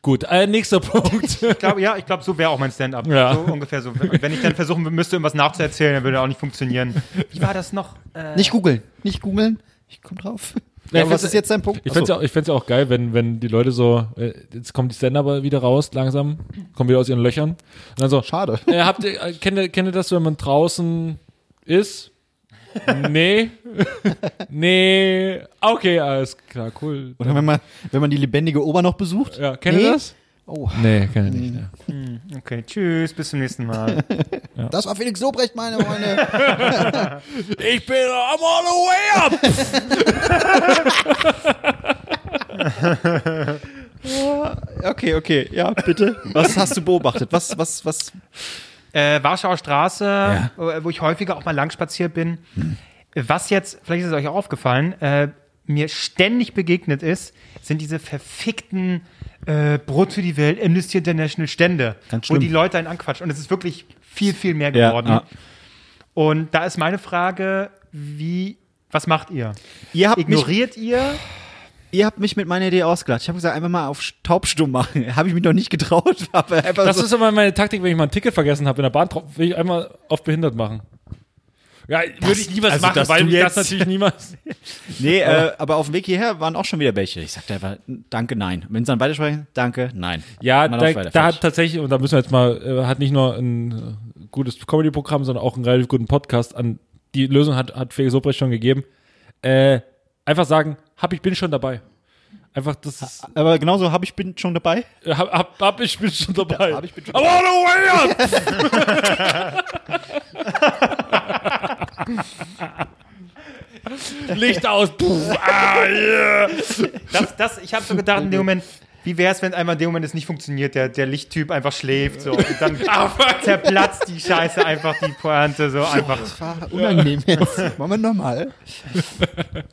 Speaker 3: gut. Äh, nächster Punkt.
Speaker 1: Ich glaub, ja, ich glaube, so wäre auch mein Stand-up.
Speaker 3: Ja.
Speaker 1: So ungefähr so. Wenn ich dann versuchen müsste, irgendwas nachzuerzählen, dann würde auch nicht funktionieren. Wie war das noch? Äh,
Speaker 2: Nicht googeln, nicht googeln. Ich komm drauf. aber was
Speaker 3: Ja, ich find's-
Speaker 2: ist jetzt dein Punkt?
Speaker 3: Ich fänd's ja, auch- ich fänd's ja auch geil, wenn, wenn die Leute so, äh, jetzt kommen die Stand aber wieder raus, langsam, kommen wieder aus ihren Löchern. Und dann so,
Speaker 2: schade.
Speaker 3: äh, habt ihr, äh, kennt, ihr- kennt ihr das, wenn man draußen ist? Nee. nee. Okay, alles klar, cool.
Speaker 2: Oder wenn man, wenn man die lebendige Ober noch besucht.
Speaker 3: Ja, kennt ihr
Speaker 2: Nee.
Speaker 3: das?
Speaker 2: Oh.
Speaker 3: Nee, kenne ich nicht. Ne.
Speaker 1: Okay, tschüss, bis zum nächsten Mal.
Speaker 2: Das war Felix Lobrecht, meine Freunde.
Speaker 3: Ich bin, I'm all the way up!
Speaker 2: okay, okay, ja, bitte. Was hast du beobachtet? Was, was, was?
Speaker 1: äh, Warschauer Straße, äh, wo ich häufiger auch mal lang spaziert bin.
Speaker 2: Hm.
Speaker 1: Was jetzt, vielleicht ist es euch auch aufgefallen, äh, mir ständig begegnet ist, sind diese verfickten äh, Brot für die Welt, Amnesty International Stände,
Speaker 2: Ganz
Speaker 1: wo
Speaker 2: schlimm.
Speaker 1: die Leute einen anquatschen. Und es ist wirklich viel, viel mehr
Speaker 2: Ja,
Speaker 1: geworden.
Speaker 2: ah.
Speaker 1: Und da ist meine Frage, wie, was macht ihr?
Speaker 2: Ihr habt mich,
Speaker 1: Ignoriert ihr?
Speaker 2: ihr habt mich mit meiner Idee ausgelacht. Ich habe gesagt, einfach mal auf taubstumm machen. Habe ich mich noch nicht getraut, aber einfach
Speaker 3: Das
Speaker 2: so.
Speaker 3: ist immer meine Taktik, wenn ich mal ein Ticket vergessen habe in der Bahn, drauf- will ich einmal auf behindert machen. Ja, würde ich niemals
Speaker 2: also,
Speaker 3: machen,
Speaker 2: dass
Speaker 3: weil
Speaker 2: du jetzt-
Speaker 3: das natürlich niemals.
Speaker 2: Nee, äh, aber auf dem Weg hierher waren auch schon wieder welche. Ich sagte einfach, danke, nein. Wenn sie dann weitersprechen, danke, nein.
Speaker 3: Ja,
Speaker 2: Und dann
Speaker 3: da,
Speaker 2: auch weiter,
Speaker 3: da hat
Speaker 2: fertig.
Speaker 3: tatsächlich, und da müssen wir jetzt mal, äh, hat nicht nur ein äh, gutes Comedy-Programm, sondern auch einen relativ guten Podcast an. Die Lösung hat, hat Felix Sobrecht schon gegeben. Äh, einfach sagen, hab ich bin schon dabei. Einfach das ist,
Speaker 2: aber genauso habe ich bin schon dabei.
Speaker 3: äh, hab, hab, hab ich bin schon dabei.
Speaker 2: hab ich bin schon
Speaker 3: Aber hallo, Elliot! Licht aus. Puh, ah, yeah.
Speaker 1: Das, das, ich habe so gedacht in dem Moment, wie wäre es, wenn einmal in dem Moment es nicht funktioniert, der, der Lichttyp einfach schläft so und dann
Speaker 2: Ah,
Speaker 1: zerplatzt die Scheiße einfach, die Pointe so einfach.
Speaker 2: war unangenehm jetzt. Machen wir nochmal.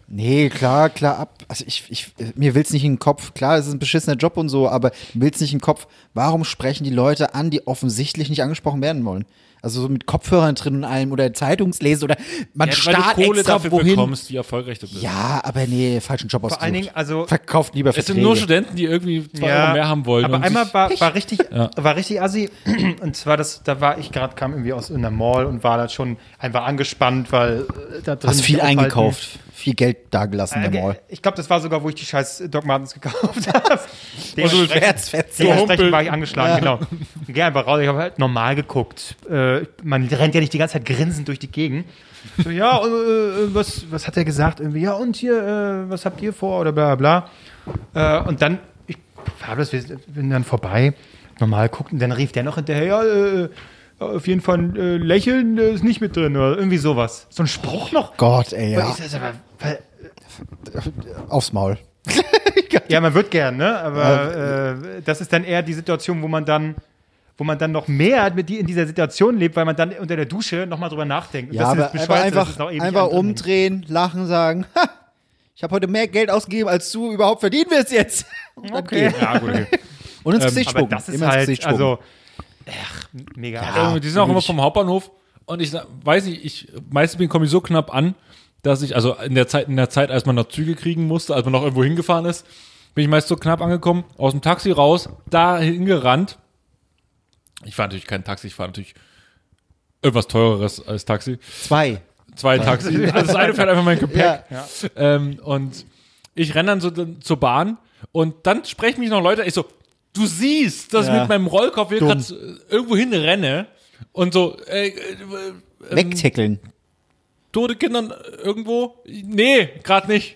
Speaker 2: Nee, klar, klar, ab. Also ich, ich, mir will's nicht in den Kopf. Klar, es ist ein beschissener Job und so, aber mir will's nicht in den Kopf. Warum sprechen die Leute an, die offensichtlich nicht angesprochen werden wollen? Also so mit Kopfhörern drin und allem oder Zeitungslesen oder man
Speaker 3: Ja, weil du
Speaker 2: starrt
Speaker 3: Kohle
Speaker 2: extra
Speaker 3: dafür
Speaker 2: wohin.
Speaker 3: bekommst, wie erfolgreich du bist.
Speaker 2: Ja, aber nee, falschen Job ausgesucht.
Speaker 1: allen Dingen, also-
Speaker 2: Verkauft lieber
Speaker 3: Es
Speaker 2: Verträge.
Speaker 3: sind nur Studenten, die irgendwie zwei Euro mehr haben wollen.
Speaker 1: Aber
Speaker 3: und
Speaker 1: einmal
Speaker 3: sich-
Speaker 1: war, war richtig,
Speaker 3: Ja.
Speaker 1: war richtig assi. Und zwar das, da war ich gerade, kam irgendwie aus einer Mall und war da schon einfach angespannt, weil äh, da drin
Speaker 2: Hast viel
Speaker 1: sich aufhalten.
Speaker 2: eingekauft, viel Geld dagelassen
Speaker 1: Äh,
Speaker 2: in der Mall.
Speaker 1: Ich glaube, das war sogar, wo ich die scheiß äh, Doc Martens gekauft habe.
Speaker 3: Humpel.
Speaker 1: Dementsprechend war ich angeschlagen, genau. Ich gehe einfach raus, ich habe halt normal geguckt. Äh, man rennt ja nicht die ganze Zeit grinsend durch die Gegend. So, ja, äh, äh, was, was hat er gesagt? Irgendwie, ja, und hier, äh, was habt ihr vor? Oder bla bla. bla. Äh, und dann, ich habe das, wir bin dann vorbei, normal guckt und dann rief der noch hinterher, ja, äh, auf jeden Fall äh, lächeln äh, ist nicht mit drin oder irgendwie sowas. So ein Spruch noch.
Speaker 2: Gott, ey,
Speaker 1: Ja.
Speaker 2: ja.
Speaker 1: Ist das aber, weil,
Speaker 2: Aufs Maul.
Speaker 1: Ja, man wird gern, ne? Aber äh, das ist dann eher die Situation, wo man dann, wo man dann noch mehr mit die in dieser Situation lebt, weil man dann unter der Dusche nochmal drüber nachdenkt. Und
Speaker 2: Ja,
Speaker 1: das
Speaker 2: aber,
Speaker 1: ist das
Speaker 2: aber
Speaker 1: Bescheuerte, dass
Speaker 2: einfach,
Speaker 1: es noch ewig
Speaker 2: einfach
Speaker 1: andringt.
Speaker 2: umdrehen, lachen, sagen, ha, ich habe heute mehr Geld ausgegeben, als du überhaupt verdienen wirst jetzt. Und dann
Speaker 1: Okay.
Speaker 2: gehen.
Speaker 3: Ja, gut, okay.
Speaker 2: Und ins Gesicht
Speaker 1: Ähm, Aber
Speaker 2: spucken.
Speaker 1: das ist
Speaker 2: Immer ins Gesicht
Speaker 1: halt,
Speaker 2: spucken.
Speaker 1: also, ach, mega.
Speaker 2: Ja,
Speaker 3: Irgendwie, Also, die sind auch immer
Speaker 2: wirklich.
Speaker 3: vom Hauptbahnhof und ich sag- weiß nicht, ich meistens bin komme ich so knapp an, dass ich also in der Zeit in der Zeit, als man noch Züge kriegen musste, als man noch irgendwo hingefahren ist, bin ich meist so knapp angekommen, aus dem Taxi raus, da hingerannt. Ich fahre natürlich kein Taxi, ich fahre natürlich irgendwas teureres als Taxi.
Speaker 2: Zwei.
Speaker 3: Zwei Taxi. Also das eine fährt einfach mein Gepäck.
Speaker 2: Ja.
Speaker 3: Ähm, und ich renne dann so dann zur Bahn und dann sprechen mich noch Leute, ich so, du siehst, dass ich
Speaker 2: Ja.
Speaker 3: mit meinem Rollkopf hier
Speaker 2: Dumm.
Speaker 3: gerade irgendwo hinrenne und so, äh, äh,
Speaker 2: Wegtickeln.
Speaker 3: tote Kindern irgendwo? Nee, gerade nicht.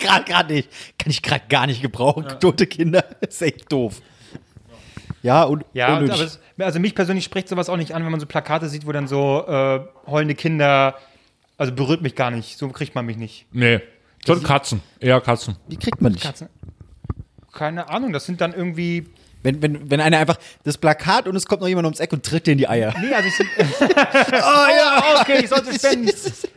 Speaker 2: gerade gerade nicht. Kann ich gerade gar nicht gebrauchen. Tote Kinder. ist echt doof. Ja, und
Speaker 1: Ja, und,
Speaker 2: unnötig.
Speaker 1: aber es, also mich persönlich spricht sowas auch nicht an, wenn man so Plakate sieht, wo dann so äh, heulende Kinder, also berührt mich gar nicht, so kriegt man mich nicht.
Speaker 3: Nee. Schon Katzen, eher Katzen.
Speaker 2: die kriegt man nicht.
Speaker 1: Katzen. Keine Ahnung, das sind dann irgendwie.
Speaker 2: Wenn, wenn, wenn einer einfach das Plakat und es kommt noch jemand ums Eck und tritt dir in die Eier.
Speaker 1: Nee, also ich,
Speaker 2: Oh ja,
Speaker 1: okay, ich sollte spenden.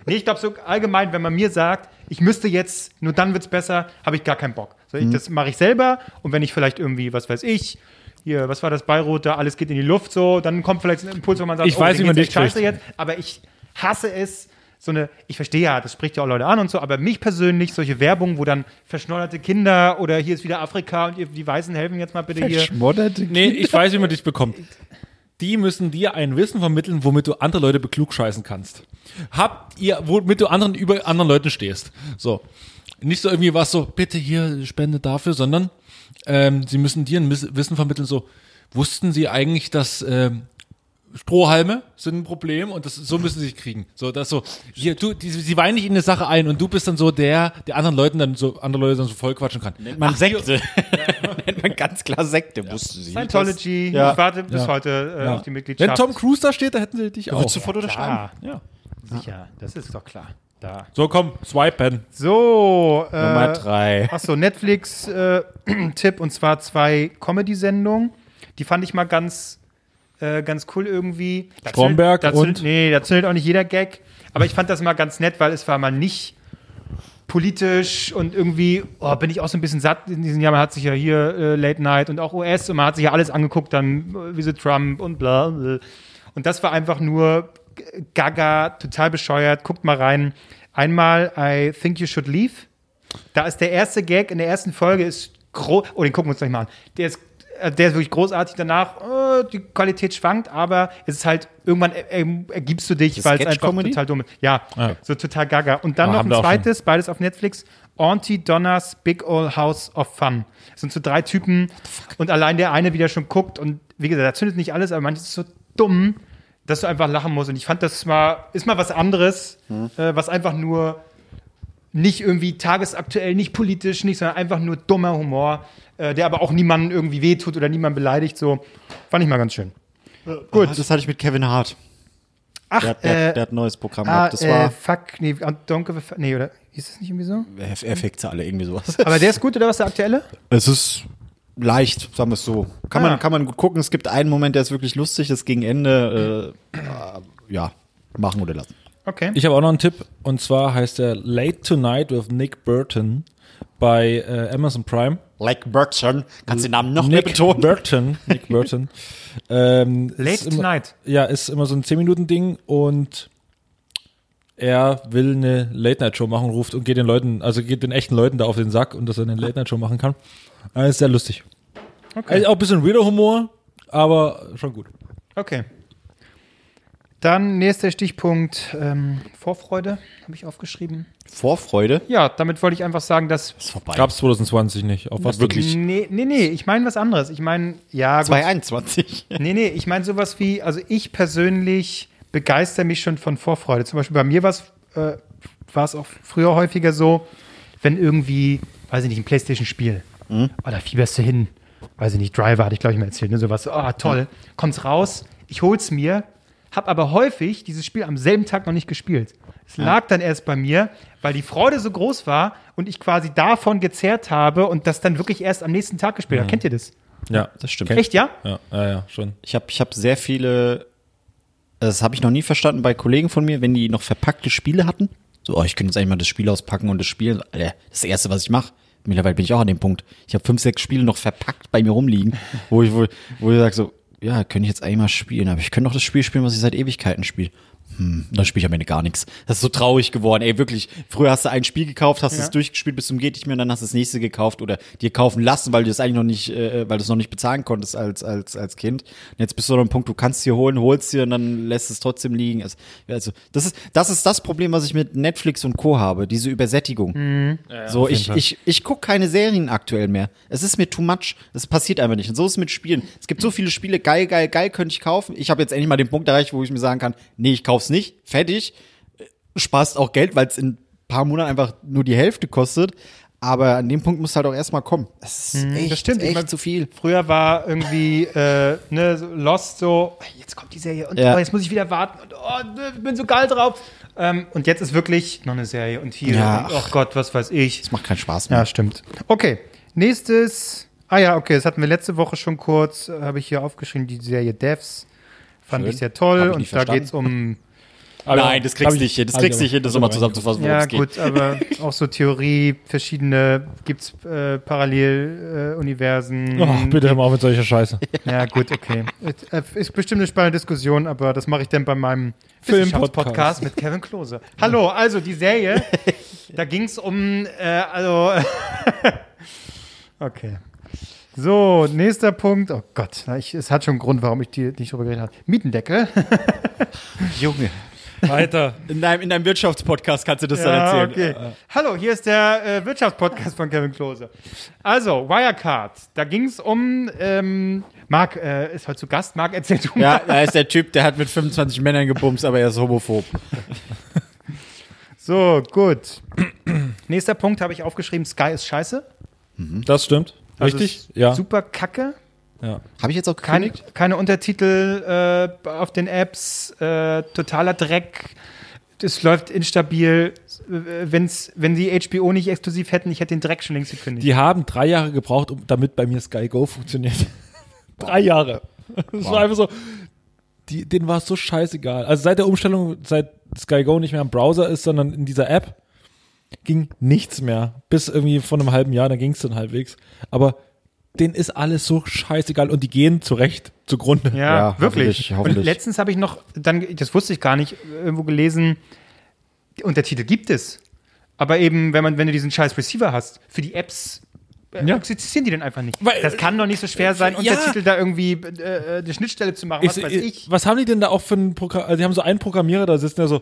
Speaker 1: Nee, ich glaube, so allgemein, wenn man mir sagt, ich müsste jetzt, nur dann wird's besser, habe ich gar keinen Bock. So,
Speaker 3: Mhm.
Speaker 1: ich, Das mache ich selber und wenn ich vielleicht irgendwie, was weiß ich, hier, was war das, Beirut, da alles geht in die Luft, so, dann kommt vielleicht ein Impuls, wo man sagt,
Speaker 3: Ich weiß,
Speaker 1: denen
Speaker 3: wie man
Speaker 1: geht's
Speaker 3: dich
Speaker 1: echt scheiße
Speaker 3: kriegt.
Speaker 1: jetzt, aber ich hasse es, so eine, ich verstehe ja, das spricht ja auch Leute an und so, aber mich persönlich, solche Werbung, wo dann verschnodderte Kinder oder hier ist wieder Afrika und ihr, die Weißen helfen jetzt mal bitte hier.
Speaker 2: Schmodderte
Speaker 3: Nee, ich weiß, wie man dich bekommt. Die müssen dir ein Wissen vermitteln, womit du andere Leute beklugscheißen kannst. Habt ihr, womit du anderen über anderen Leuten stehst. So. Nicht so irgendwie was so, bitte hier Spende dafür, sondern ähm, sie müssen dir ein Miss- Wissen vermitteln, so, wussten sie eigentlich, dass ähm, Strohhalme sind ein Problem und das, so müssen sie sich kriegen. So, das so, hier, du, die, sie weinen dich in eine Sache ein und du bist dann so der, der anderen Leuten dann so, andere Leute dann so voll quatschen kann.
Speaker 2: Man Sekte. Nennt man ganz klar Sekte, wussten sie.
Speaker 1: Scientology,
Speaker 2: Ja.
Speaker 1: ich warte bis
Speaker 3: Ja.
Speaker 1: heute äh,
Speaker 3: Ja.
Speaker 1: auf die Mitgliedschaft.
Speaker 3: Wenn Tom Cruise da steht, da hätten sie dich auch.
Speaker 2: sofort unterschreiben.
Speaker 1: ah,
Speaker 3: Ja.
Speaker 1: sicher, das ist doch klar. Da.
Speaker 3: So, komm, swipen.
Speaker 1: So, äh,
Speaker 2: Nummer drei.
Speaker 1: Achso, Netflix-Tipp und zwar zwei Comedy-Sendungen. Die fand ich mal ganz, äh, ganz cool irgendwie. Da
Speaker 3: Stromberg
Speaker 1: zündet- da zündet-
Speaker 3: und-
Speaker 1: Nee, da zündet auch nicht jeder Gag. Aber ich fand das mal ganz nett, weil es war mal nicht politisch und irgendwie oh, bin ich auch so ein bisschen satt in diesem Jahr. Man hat sich ja hier äh, Late Night und auch US und man hat sich ja alles angeguckt, dann äh, wie so Trump und bla. und bla. Und das war einfach nur g- gaga, total bescheuert. Guckt mal rein. Einmal I Think You Should Leave. Da ist der erste Gag in der ersten Folge ist groß. Oh, den gucken wir uns gleich mal an. Der ist, äh, der ist wirklich großartig. Danach, äh, die Qualität schwankt, aber es ist halt, irgendwann er- er- ergibst du dich,
Speaker 2: Ist
Speaker 1: weil es einfach
Speaker 2: Sketch-Comedy?
Speaker 1: total dumm ist. Ja,
Speaker 3: Ah.
Speaker 1: so total gaga. Und dann
Speaker 3: Aber
Speaker 1: noch
Speaker 3: haben
Speaker 1: ein
Speaker 3: wir auch schon.
Speaker 1: zweites, beides auf Netflix. Auntie Donna's Big Old House of Fun. Das sind so drei Typen und allein der eine wieder schon guckt und wie gesagt, da zündet nicht alles, aber manches ist so dumm, dass du einfach lachen musst. Und ich fand, das mal, ist mal was anderes, äh, was einfach nur nicht irgendwie tagesaktuell, nicht politisch, nicht, sondern einfach nur dummer Humor, äh, der aber auch niemanden irgendwie wehtut oder niemanden beleidigt. So fand ich mal ganz schön.
Speaker 2: Gut. Das hatte ich mit Kevin Hart.
Speaker 1: Ach,
Speaker 2: Der, hat- der,
Speaker 1: äh,
Speaker 2: der hat ein neues Programm
Speaker 1: ah,
Speaker 2: gehabt. Das
Speaker 1: äh,
Speaker 2: war
Speaker 1: fuck, nee, don't give a fuck, nee, oder ist das nicht irgendwie so?
Speaker 2: F- Effekte alle irgendwie sowas.
Speaker 1: Aber der ist gut oder was der aktuelle?
Speaker 2: Es ist leicht, sagen wir es so. Kann,
Speaker 1: Ah.
Speaker 2: man, kann man gut gucken. Es gibt einen Moment, der ist wirklich lustig. Das gegen Ende, äh, äh, ja, machen oder lassen.
Speaker 1: Okay.
Speaker 3: Ich habe auch noch einen Tipp und zwar heißt er Late Tonight with Nick Burton bei äh, Amazon Prime.
Speaker 2: Like Bergson. Kannst den Namen noch
Speaker 3: Nick Burton. Nick Burton. ähm, ist
Speaker 1: Late
Speaker 3: immer,
Speaker 1: Tonight.
Speaker 3: Ja, ist immer so ein 10-Minuten-Ding und er will eine Late-Night-Show machen, ruft und geht den Leuten, also geht den echten Leuten da auf den Sack und dass er eine Late-Night-Show machen kann. Äh, ist sehr lustig. Also auch ein bisschen weirder Humor, aber schon gut.
Speaker 1: Okay. Dann nächster Stichpunkt ähm, Vorfreude habe ich aufgeschrieben.
Speaker 2: Vorfreude.
Speaker 1: Ja, damit wollte ich einfach sagen, dass
Speaker 2: Ist vorbei.
Speaker 3: Gab's 2020 nicht. Auf was du-
Speaker 2: wirklich?
Speaker 1: nee, nee, nee, ich meine was anderes. Ich meine, ja, gut,
Speaker 2: 221.
Speaker 1: Nee, nee, ich meine sowas wie, also ich persönlich begeister mich schon von Vorfreude. Zum Beispiel bei mir war es äh, war es auch früher häufiger so, wenn irgendwie, weiß ich nicht, ein Playstation-Spiel. Oh, da fieberst du hin. Weiß ich nicht, Driver hatte ich, glaube ich, mal erzählt. Ne? Sowas, oh, toll. Kommt's raus, ich hol's mir, hab aber häufig dieses Spiel am selben Tag noch nicht gespielt. Es lag dann erst bei mir, weil die Freude so groß war und ich quasi davon gezerrt habe und das dann wirklich erst am nächsten Tag gespielt habe. Kennt ihr das?
Speaker 3: Ja,
Speaker 2: Das stimmt.
Speaker 1: Echt, ja?
Speaker 3: ja, ja, ja, schon.
Speaker 2: Ich habe ich hab sehr viele, das habe ich noch nie verstanden bei Kollegen von mir, wenn die noch verpackte Spiele hatten. So, oh, ich könnte jetzt eigentlich mal das Spiel auspacken und das Spiel, Alter, das erste, was ich mache. Mittlerweile bin ich auch an dem Punkt. Ich habe fünf, sechs Spiele noch verpackt bei mir rumliegen, wo ich, wo, wo ich sage so, ja, könnte ich jetzt eigentlich mal spielen, aber ich könnte noch das Spiel spielen, was ich seit Ewigkeiten spiele. Hm, dann spiele ich am Ende gar nichts. Das ist so traurig geworden, ey, wirklich. Früher hast du ein Spiel gekauft, hast es durchgespielt bis zum geht nicht mehr und dann hast du das nächste gekauft oder dir kaufen lassen, weil du das eigentlich noch nicht, äh, weil du es noch nicht bezahlen konntest als, als, als Kind. Und jetzt bist du an einem Punkt, du kannst dir holen, holst dir und dann lässt es trotzdem liegen. Also, also das ist, das ist das Problem, was ich mit Netflix und Co. habe, diese Übersättigung. so, ich, ich, ich gucke keine Serien aktuell mehr. Es ist mir too much. Es passiert einfach nicht. Und so ist es mit Spielen. Es gibt so viele Spiele, geil, geil, geil, könnte ich kaufen. Ich habe jetzt endlich mal den Punkt erreicht, wo ich mir sagen kann, nee, ich kauf's nicht. Fertig sparst auch Geld, weil es in ein paar Monaten einfach nur die Hälfte kostet. Aber an dem Punkt musst du halt auch erstmal kommen. Das ist echt,
Speaker 1: Hm. das stimmt. Ich
Speaker 2: echt
Speaker 1: mein-
Speaker 2: zu viel.
Speaker 1: Früher war irgendwie äh, ne, so Lost so, jetzt kommt die Serie und
Speaker 2: Ja.
Speaker 1: oh, jetzt muss ich wieder warten und oh, ne, ich bin so geil drauf. Ähm, und jetzt ist wirklich noch eine Serie und hier
Speaker 2: Ja,
Speaker 1: und oh Gott, was weiß ich.
Speaker 2: Das macht keinen Spaß mehr.
Speaker 1: Ja, stimmt. Okay, nächstes. Ah ja, okay, das hatten wir letzte Woche schon kurz, äh, habe ich hier aufgeschrieben, die Serie Devs. Fand
Speaker 2: Schön.
Speaker 1: ich sehr
Speaker 2: Hab
Speaker 1: toll
Speaker 2: ich
Speaker 1: und
Speaker 2: nicht
Speaker 1: da
Speaker 2: verstanden.
Speaker 1: geht es um,
Speaker 2: Nein, das kriegst du nicht hin. Das kriegst du nicht hin, das nochmal zusammenzufassen, worum
Speaker 1: ja
Speaker 2: es geht.
Speaker 1: gut, aber auch so Theorie, verschiedene, gibt es äh, Paralleluniversen. Äh, Universen.
Speaker 2: Oh,
Speaker 3: Ach, Oh, bitte hör mal auf mit solcher Scheiße.
Speaker 1: Ja, gut, okay. Äh, Ist bestimmt eine spannende Diskussion, aber das mache ich dann bei meinem Film-Podcast mit Kevin Klose. Hallo, also die Serie, da ging es um, äh, also. okay. So, nächster Punkt. Oh Gott, na, ich, es hat schon einen Grund, warum ich die nicht drüber geredet habe. Mietendeckel.
Speaker 2: Junge.
Speaker 3: Weiter.
Speaker 2: In deinem, in deinem Wirtschaftspodcast kannst du das
Speaker 1: Ja,
Speaker 2: dann erzählen.
Speaker 1: okay. Hallo, hier ist der äh, Wirtschaftspodcast von Kevin Klose. Also, Wirecard, da ging es um. Ähm, Marc äh, ist heute zu Gast. Marc, erzähl du mal.
Speaker 2: Ja, da ist der Typ, der hat mit 25 Männern gebumst, aber er ist homophob.
Speaker 1: So, gut. Nächster Punkt habe ich aufgeschrieben, Sky ist scheiße.
Speaker 3: Das stimmt.
Speaker 1: Also
Speaker 3: Richtig?
Speaker 1: ist
Speaker 3: Ja.
Speaker 1: Super kacke.
Speaker 2: Habe ich jetzt auch
Speaker 1: Keine,
Speaker 2: gekündigt?
Speaker 1: keine Untertitel äh, auf den Apps, äh, totaler Dreck. Es läuft instabil. Äh, Wenn's, wenn sie HBO nicht exklusiv hätten, ich hätte den Dreck schon längst gekündigt.
Speaker 3: Die haben drei Jahre gebraucht, um, damit bei mir Sky Go funktioniert. drei Jahre. Das war einfach so. Die, denen war es so scheißegal. Also seit der Umstellung, seit Sky Go nicht mehr im Browser ist, sondern in dieser App, ging nichts mehr. Bis irgendwie vor einem halben Jahr, da ging es dann halbwegs. Aber denen ist alles so scheißegal und die gehen zu Recht zugrunde.
Speaker 1: Ja,
Speaker 2: Ja,
Speaker 1: wirklich.
Speaker 2: hoffentlich, hoffentlich.
Speaker 1: Und letztens habe ich noch, dann, das wusste ich gar nicht, irgendwo gelesen, die Untertitel gibt es. Aber eben, wenn, man, wenn du diesen scheiß Receiver hast, für die Apps äh,
Speaker 3: Ja.
Speaker 1: existieren die denn einfach nicht.
Speaker 3: Weil- äh,
Speaker 1: das kann doch nicht so schwer sein,
Speaker 3: Ja. äh,
Speaker 1: Untertitel da irgendwie äh, äh, eine Schnittstelle zu machen, was
Speaker 3: Ich-
Speaker 1: weiß
Speaker 3: ich-
Speaker 1: ich.
Speaker 3: Was haben die denn da auch für einen Programm? Also die haben so einen Programmierer da sitzen, der so,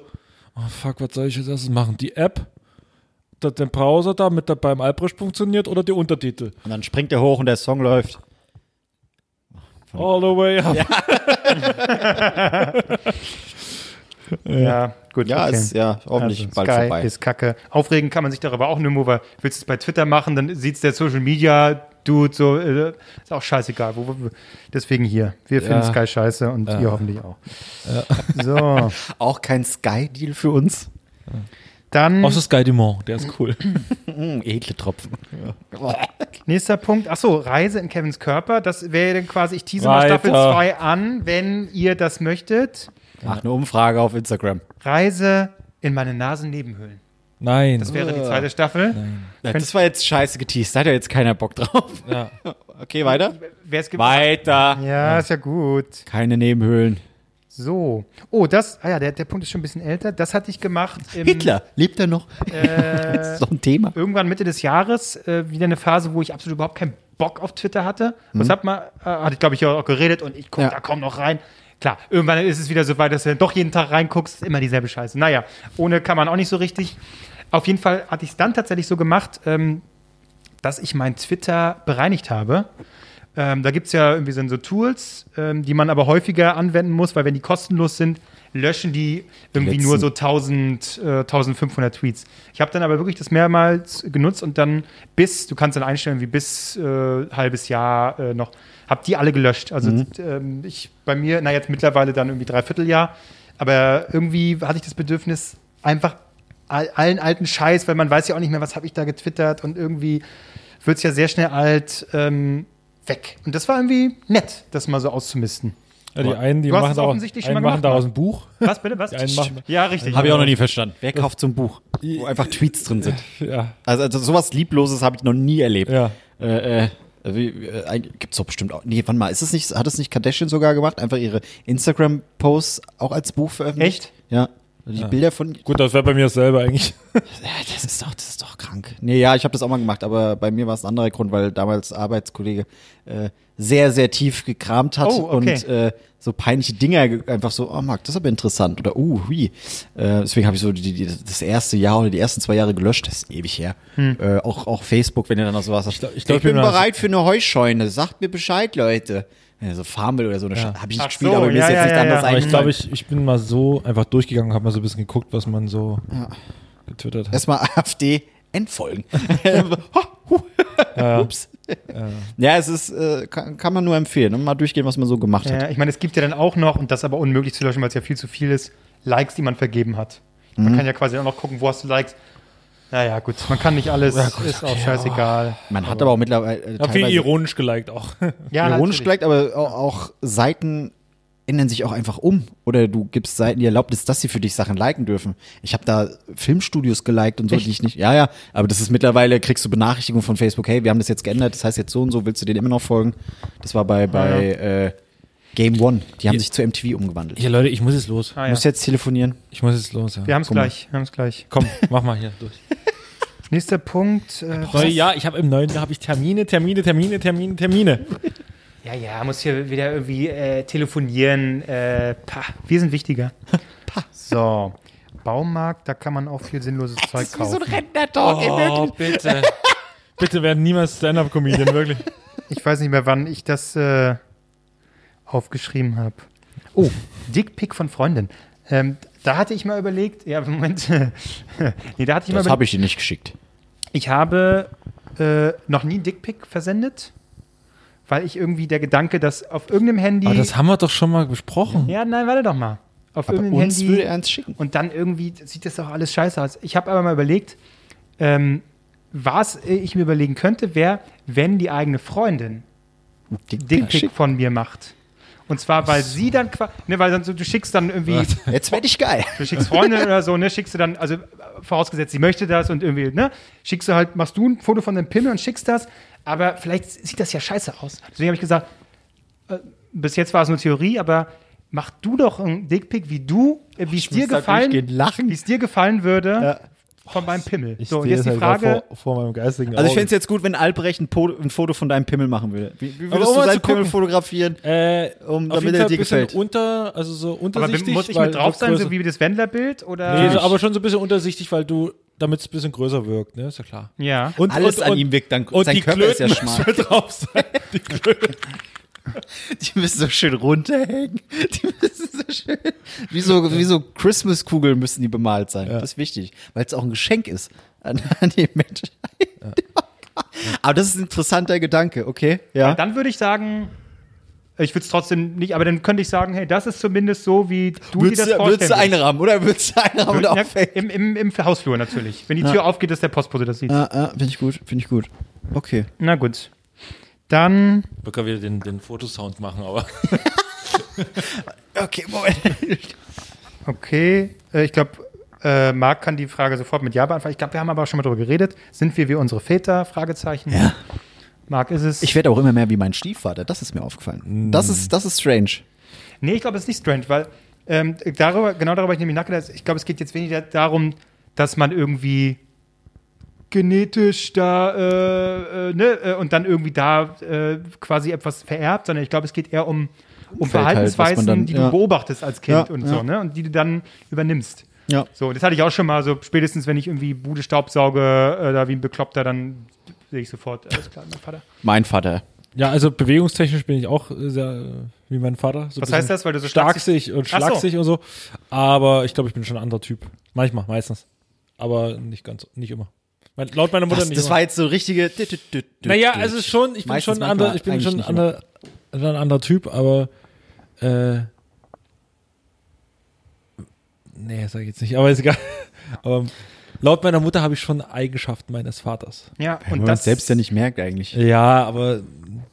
Speaker 3: oh fuck, was soll ich jetzt erstes machen? Die App, dass der Browser da mit dabei im Albrecht funktioniert oder die Untertitel?
Speaker 2: Und dann springt er hoch und der Song läuft.
Speaker 3: All the way up.
Speaker 1: Ja, gut.
Speaker 2: Ja,
Speaker 1: okay.
Speaker 2: ist ja hoffentlich
Speaker 1: Also,
Speaker 2: bald
Speaker 1: Sky
Speaker 2: vorbei.
Speaker 1: ist kacke. Aufregen kann man sich darüber auch nur, weil willst du es bei Twitter machen, dann sieht's der Social Media Dude so, äh, ist auch scheißegal. Wo, wo, deswegen hier. Wir finden Sky scheiße und ihr hoffentlich auch. So,
Speaker 2: Auch kein Sky-Deal für uns.
Speaker 1: dann
Speaker 3: Außer Sky Dumont, der ist cool.
Speaker 2: Mm, edle Tropfen.
Speaker 1: nächster Punkt. Achso, Reise in Kevins Körper. Das wäre dann quasi, ich tease mal
Speaker 3: Weiter.
Speaker 1: Staffel 2 an, wenn ihr das möchtet.
Speaker 2: Mach eine Umfrage auf Instagram.
Speaker 1: Reise in meine Nasennebenhöhlen.
Speaker 3: Nein.
Speaker 1: Das wäre die zweite Staffel.
Speaker 2: Das war jetzt scheiße geteased. Da hat ja jetzt keiner Bock drauf.
Speaker 3: ja.
Speaker 2: Okay, weiter.
Speaker 1: Wer es gibt.
Speaker 2: Weiter.
Speaker 1: Ja, ist ja gut.
Speaker 2: Keine Nebenhöhlen.
Speaker 1: So. Oh, das, ah ja, der, der Punkt ist schon ein bisschen älter. Das hatte ich gemacht im,
Speaker 2: lebt er noch? das ist doch
Speaker 1: Äh,
Speaker 2: ein Thema.
Speaker 1: irgendwann Mitte des Jahres. Äh, wieder eine Phase, wo ich absolut überhaupt keinen Bock auf Twitter hatte. Das hat mal, äh, hatte ich glaube ich auch geredet und ich gucke
Speaker 2: Mhm. Ja.
Speaker 1: da kaum noch rein. Klar, irgendwann ist es wieder so weit, dass du dann doch jeden Tag reinguckst, immer dieselbe Scheiße. Naja, ohne kann man auch nicht so richtig. Auf jeden Fall hatte ich es dann tatsächlich so gemacht, ähm, dass ich mein Twitter bereinigt habe. Ähm, da gibt es ja irgendwie sind so Tools, ähm, die man aber häufiger anwenden muss, weil wenn die kostenlos sind, löschen die irgendwie
Speaker 2: letzten.
Speaker 1: nur so 1000, äh, 1500 Tweets. Ich habe dann aber wirklich das mehrmals genutzt und dann bis, du kannst dann einstellen, wie bis äh, halbes Jahr äh, noch, habe die alle gelöscht. Also
Speaker 3: Mhm.
Speaker 1: ähm, ich bei mir, na jetzt mittlerweile dann irgendwie Dreivierteljahr, aber irgendwie hatte ich das Bedürfnis, einfach all, allen alten Scheiß, weil man weiß ja auch nicht mehr, was habe ich da getwittert und irgendwie wird es ja sehr schnell alt, ähm, weg. Und das war irgendwie nett, das mal so auszumisten.
Speaker 3: Ja, die einen, die
Speaker 1: Du hast
Speaker 3: machen,
Speaker 1: es
Speaker 3: daraus,
Speaker 1: offensichtlich schon
Speaker 3: einen
Speaker 1: mal
Speaker 3: machen
Speaker 1: gemacht,
Speaker 3: daraus
Speaker 1: ne?
Speaker 3: ein Buch.
Speaker 1: Was bitte, was?
Speaker 3: Die einen machen-
Speaker 1: ja, richtig.
Speaker 2: Habe ich auch noch
Speaker 1: nicht.
Speaker 2: nie verstanden. Wer kauft so ein Buch, wo einfach Tweets drin sind?
Speaker 3: Ja.
Speaker 2: Also, also sowas Liebloses habe ich noch nie erlebt.
Speaker 3: Ja.
Speaker 2: Äh, äh, wie, äh, ein- gibt's doch bestimmt auch. Nee, wann mal? Ist es nicht, hat es nicht Kardashian sogar gemacht? Einfach ihre Instagram-Posts auch als Buch veröffentlicht?
Speaker 1: Echt?
Speaker 2: Ja. Die Bilder von.
Speaker 3: Gut, das wäre bei mir dasselbe eigentlich.
Speaker 2: Ja, das ist doch, das ist doch krank. Nee, ja, ich habe das auch mal gemacht, aber bei mir war es ein anderer Grund, weil damals Arbeitskollege äh, sehr, sehr tief gekramt hat
Speaker 1: Oh, okay.
Speaker 2: und äh, so peinliche Dinger ge- einfach so, oh Marc, das ist aber interessant oder uh, hui. Äh, deswegen habe ich so die, die, das erste Jahr oder die ersten zwei Jahre gelöscht, das ist ewig her. Äh, auch, auch Facebook, wenn ihr dann noch sowas habt. Ich,
Speaker 3: ich glaub, ich
Speaker 2: bin
Speaker 3: bin da-
Speaker 2: bereit für eine Heuscheune, sagt mir Bescheid, Leute. Ja, so Farmville oder so, eine ja. habe ich nicht
Speaker 1: Ach
Speaker 2: gespielt,
Speaker 1: so,
Speaker 2: aber mir
Speaker 1: ja,
Speaker 2: ist jetzt
Speaker 1: ja,
Speaker 2: nicht
Speaker 1: ja,
Speaker 2: anders
Speaker 1: ja.
Speaker 3: Aber ich
Speaker 2: eingefallen.
Speaker 3: glaube, ich, ich bin mal so einfach durchgegangen, habe mal so ein bisschen geguckt, was man so getwittert hat.
Speaker 2: Erstmal AfD entfolgen. Ho, hu. Ups. Ja, es ist, äh, kann, kann man nur empfehlen. ne? Mal durchgehen, was man so gemacht hat.
Speaker 1: Ja, ich meine, es gibt ja dann auch noch, und das aber unmöglich zu löschen, weil es ja viel zu viel ist, Likes, die man vergeben hat.
Speaker 2: Mhm.
Speaker 1: Man kann ja quasi auch noch gucken, wo hast du Likes. Naja, gut, man kann nicht alles, ist auch scheißegal.
Speaker 2: Man hat aber auch mittlerweile äh,
Speaker 3: Hab viel
Speaker 2: teilweise
Speaker 3: ironisch geliked auch.
Speaker 1: Ja,
Speaker 2: ironisch
Speaker 1: natürlich.
Speaker 2: gleich, aber auch, auch Seiten ändern sich auch einfach um. Oder du gibst Seiten die Erlaubnis, dass sie für dich Sachen liken dürfen. Ich habe da Filmstudios geliked und so, die ich nicht. Ja, ja, aber das ist mittlerweile, kriegst du Benachrichtigung von Facebook, hey, wir haben das jetzt geändert, das heißt jetzt so und so, willst du denen immer noch folgen? Das war bei, bei äh, Game One. Die haben sich zu MTV umgewandelt.
Speaker 3: Ja, Leute, ich muss jetzt los.
Speaker 1: Ah,
Speaker 2: Ich
Speaker 1: ja.
Speaker 2: muss jetzt telefonieren.
Speaker 3: Ich muss jetzt los, ja.
Speaker 1: Wir haben es
Speaker 2: Guck mal.
Speaker 1: gleich, wir haben es gleich.
Speaker 3: Komm, mach mal hier durch.
Speaker 1: Nächster Punkt. Äh,
Speaker 3: Neue Jahr, ich habe im neuen Jahr habe ich Termine, Termine, Termine, Termine, Termine.
Speaker 1: ja, ja, muss hier wieder irgendwie äh, telefonieren. Äh, pa, wir sind wichtiger. So, Baumarkt, da kann man auch viel sinnloses Zeug kaufen.
Speaker 3: Oh, bitte. bitte werden niemals Stand-Up-Comedian, wirklich.
Speaker 1: Ich weiß nicht mehr, wann ich das äh, aufgeschrieben habe. Oh, Dickpick von Freundin. Ähm, da hatte ich mal überlegt, ja, Moment. nee, da hatte ich mal
Speaker 2: Das
Speaker 1: überlegt.
Speaker 2: habe ich dir nicht geschickt.
Speaker 1: Ich habe äh, noch nie einen Dickpick versendet, weil ich irgendwie der Gedanke, dass auf irgendeinem Handy.
Speaker 3: Aber das haben wir doch schon mal besprochen.
Speaker 1: ja, nein, warte doch mal. Auf
Speaker 2: Aber
Speaker 1: irgendeinem
Speaker 2: uns
Speaker 1: Handy.
Speaker 2: würde er eins schicken.
Speaker 1: Und dann irgendwie sieht das doch alles scheiße aus. Ich habe aber mal überlegt, ähm, was ich mir überlegen könnte, wäre, wenn die eigene Freundin Dickpick von mir macht. Und zwar, weil sie dann quasi, ne, weil dann so, du schickst dann irgendwie,
Speaker 2: Jetzt werd ich geil.
Speaker 1: du schickst Freundin oder so, ne, schickst du dann, also äh, vorausgesetzt, sie möchte das und irgendwie, ne, schickst du halt, machst du ein Foto von deinem Pimmel und schickst das, aber vielleicht sieht das ja scheiße aus. Deswegen habe ich gesagt, äh, bis jetzt war es nur Theorie, aber mach du doch einen Dickpick, wie du, äh, wie es dir gefallen
Speaker 2: lachen.
Speaker 1: wie es dir gefallen würde, von meinem Pimmel.
Speaker 7: Ich
Speaker 1: So, und
Speaker 7: sehe
Speaker 1: jetzt die
Speaker 7: das halt
Speaker 1: Frage,
Speaker 7: vor, vor meinem geistigen
Speaker 2: Also ich
Speaker 7: Auge.
Speaker 2: fände es jetzt gut, wenn Albrecht ein, po ein Foto von deinem Pimmel machen würde. Wie, wie
Speaker 3: Aber
Speaker 2: würdest
Speaker 3: um
Speaker 2: du
Speaker 3: mal
Speaker 2: seinen
Speaker 3: zu gucken.
Speaker 2: Pimmel fotografieren?
Speaker 3: Äh,
Speaker 2: Um-
Speaker 3: auf
Speaker 2: damit er
Speaker 3: jeden Fall
Speaker 2: dir
Speaker 3: ein bisschen
Speaker 2: gefällt.
Speaker 3: unter, also so
Speaker 1: aber
Speaker 3: untersichtig.
Speaker 1: bin- muss ich
Speaker 3: weil
Speaker 1: mit drauf
Speaker 3: wird's
Speaker 1: sein, so
Speaker 3: größer.
Speaker 1: wie das Wendler-Bild? Oder?
Speaker 3: Nee, so, aber schon so ein bisschen untersichtig, weil du, damit es ein bisschen größer wirkt, ne? Ist ja klar.
Speaker 1: ja.
Speaker 3: Und,
Speaker 2: Alles an ihm wirkt dann
Speaker 3: und
Speaker 2: Sein
Speaker 3: die
Speaker 2: Körper
Speaker 3: Klöten
Speaker 2: ist ja schmal.
Speaker 3: müssen halt drauf sein. Die Klöten.
Speaker 2: Die müssen so schön runterhängen. Die müssen so schön. Wie so, wie so Christmas-Kugeln müssen die bemalt sein. Das ist wichtig, weil es auch ein Geschenk ist an, an die Menschheit. Aber das ist ein interessanter Gedanke, okay? Ja.
Speaker 1: Dann würde ich sagen, ich würde es trotzdem nicht, aber dann könnte ich sagen, hey, das ist zumindest so, wie du
Speaker 2: Würdest
Speaker 1: dir das
Speaker 2: du, würdest
Speaker 1: vorstellst.
Speaker 2: du einrahmen, oder würdest du einrahmen und
Speaker 1: Ja,
Speaker 2: aufhängen?
Speaker 1: im, im, Im Hausflur natürlich. Wenn die Tür aufgeht, dass der Postbote das sieht.
Speaker 2: Ah, ah, finde ich gut, finde ich gut. Okay.
Speaker 1: Na gut. Dann
Speaker 3: Wir können wieder den, den Fotosound machen, aber.
Speaker 2: Okay, Moment.
Speaker 1: Okay, äh, ich glaube, äh, Marc kann die Frage sofort mit Ja beantworten. Ich glaube, wir haben aber auch schon mal darüber geredet. Sind wir wie unsere Väter? Fragezeichen.
Speaker 2: Ja.
Speaker 1: Marc ist es.
Speaker 2: Ich werde auch immer mehr wie mein Stiefvater, das ist mir aufgefallen. Das ist, das ist strange.
Speaker 1: nee, ich glaube, es ist nicht strange, weil ähm, darüber, genau darüber habe ich nämlich nachgedacht. Ich glaube, es geht jetzt weniger darum, dass man irgendwie genetisch da äh, äh, ne, äh, und dann irgendwie da äh, quasi etwas vererbt, sondern ich glaube, es geht eher um, um
Speaker 2: Umfeld halt, was
Speaker 1: Verhaltensweisen,
Speaker 2: man dann-
Speaker 1: die du
Speaker 2: ja.
Speaker 1: beobachtest als Kind
Speaker 2: Ja,
Speaker 1: und
Speaker 2: ja.
Speaker 1: so, ne? Und die du dann übernimmst.
Speaker 2: Ja.
Speaker 1: So, das hatte ich auch schon mal, so spätestens, wenn ich irgendwie Bude staubsauge, äh, da wie ein Bekloppter, dann sehe ich sofort, alles klar, mein Vater.
Speaker 2: Mein Vater.
Speaker 3: Ja, also bewegungstechnisch bin ich auch äh, sehr äh, wie mein Vater. So
Speaker 1: Was
Speaker 3: ein bisschen
Speaker 1: heißt das, weil du so stark-
Speaker 3: starksig und
Speaker 1: Ach so.
Speaker 3: schlagsig und so. Aber ich glaube, ich bin schon ein anderer Typ. Manchmal, meistens. Aber nicht ganz, nicht immer. Mein, laut meiner Mutter
Speaker 2: Das,
Speaker 3: nicht.
Speaker 2: das
Speaker 3: immer.
Speaker 2: war jetzt so richtige. dü- dü- dü- dü-
Speaker 3: naja,
Speaker 2: dü-
Speaker 3: also schon, ich bin
Speaker 2: Meistens,
Speaker 3: schon ein
Speaker 2: manchmal
Speaker 3: anderer, ich bin
Speaker 2: eigentlich
Speaker 3: schon ein
Speaker 2: nicht
Speaker 3: anderer, ein anderer Typ, aber äh, nee, sag ich jetzt nicht, aber ist egal. Aber laut meiner Mutter habe ich schon Eigenschaften meines Vaters.
Speaker 1: Ja,
Speaker 2: Wenn
Speaker 1: und
Speaker 2: man
Speaker 1: das
Speaker 2: es selbst ja nicht merkt eigentlich.
Speaker 3: Ja, aber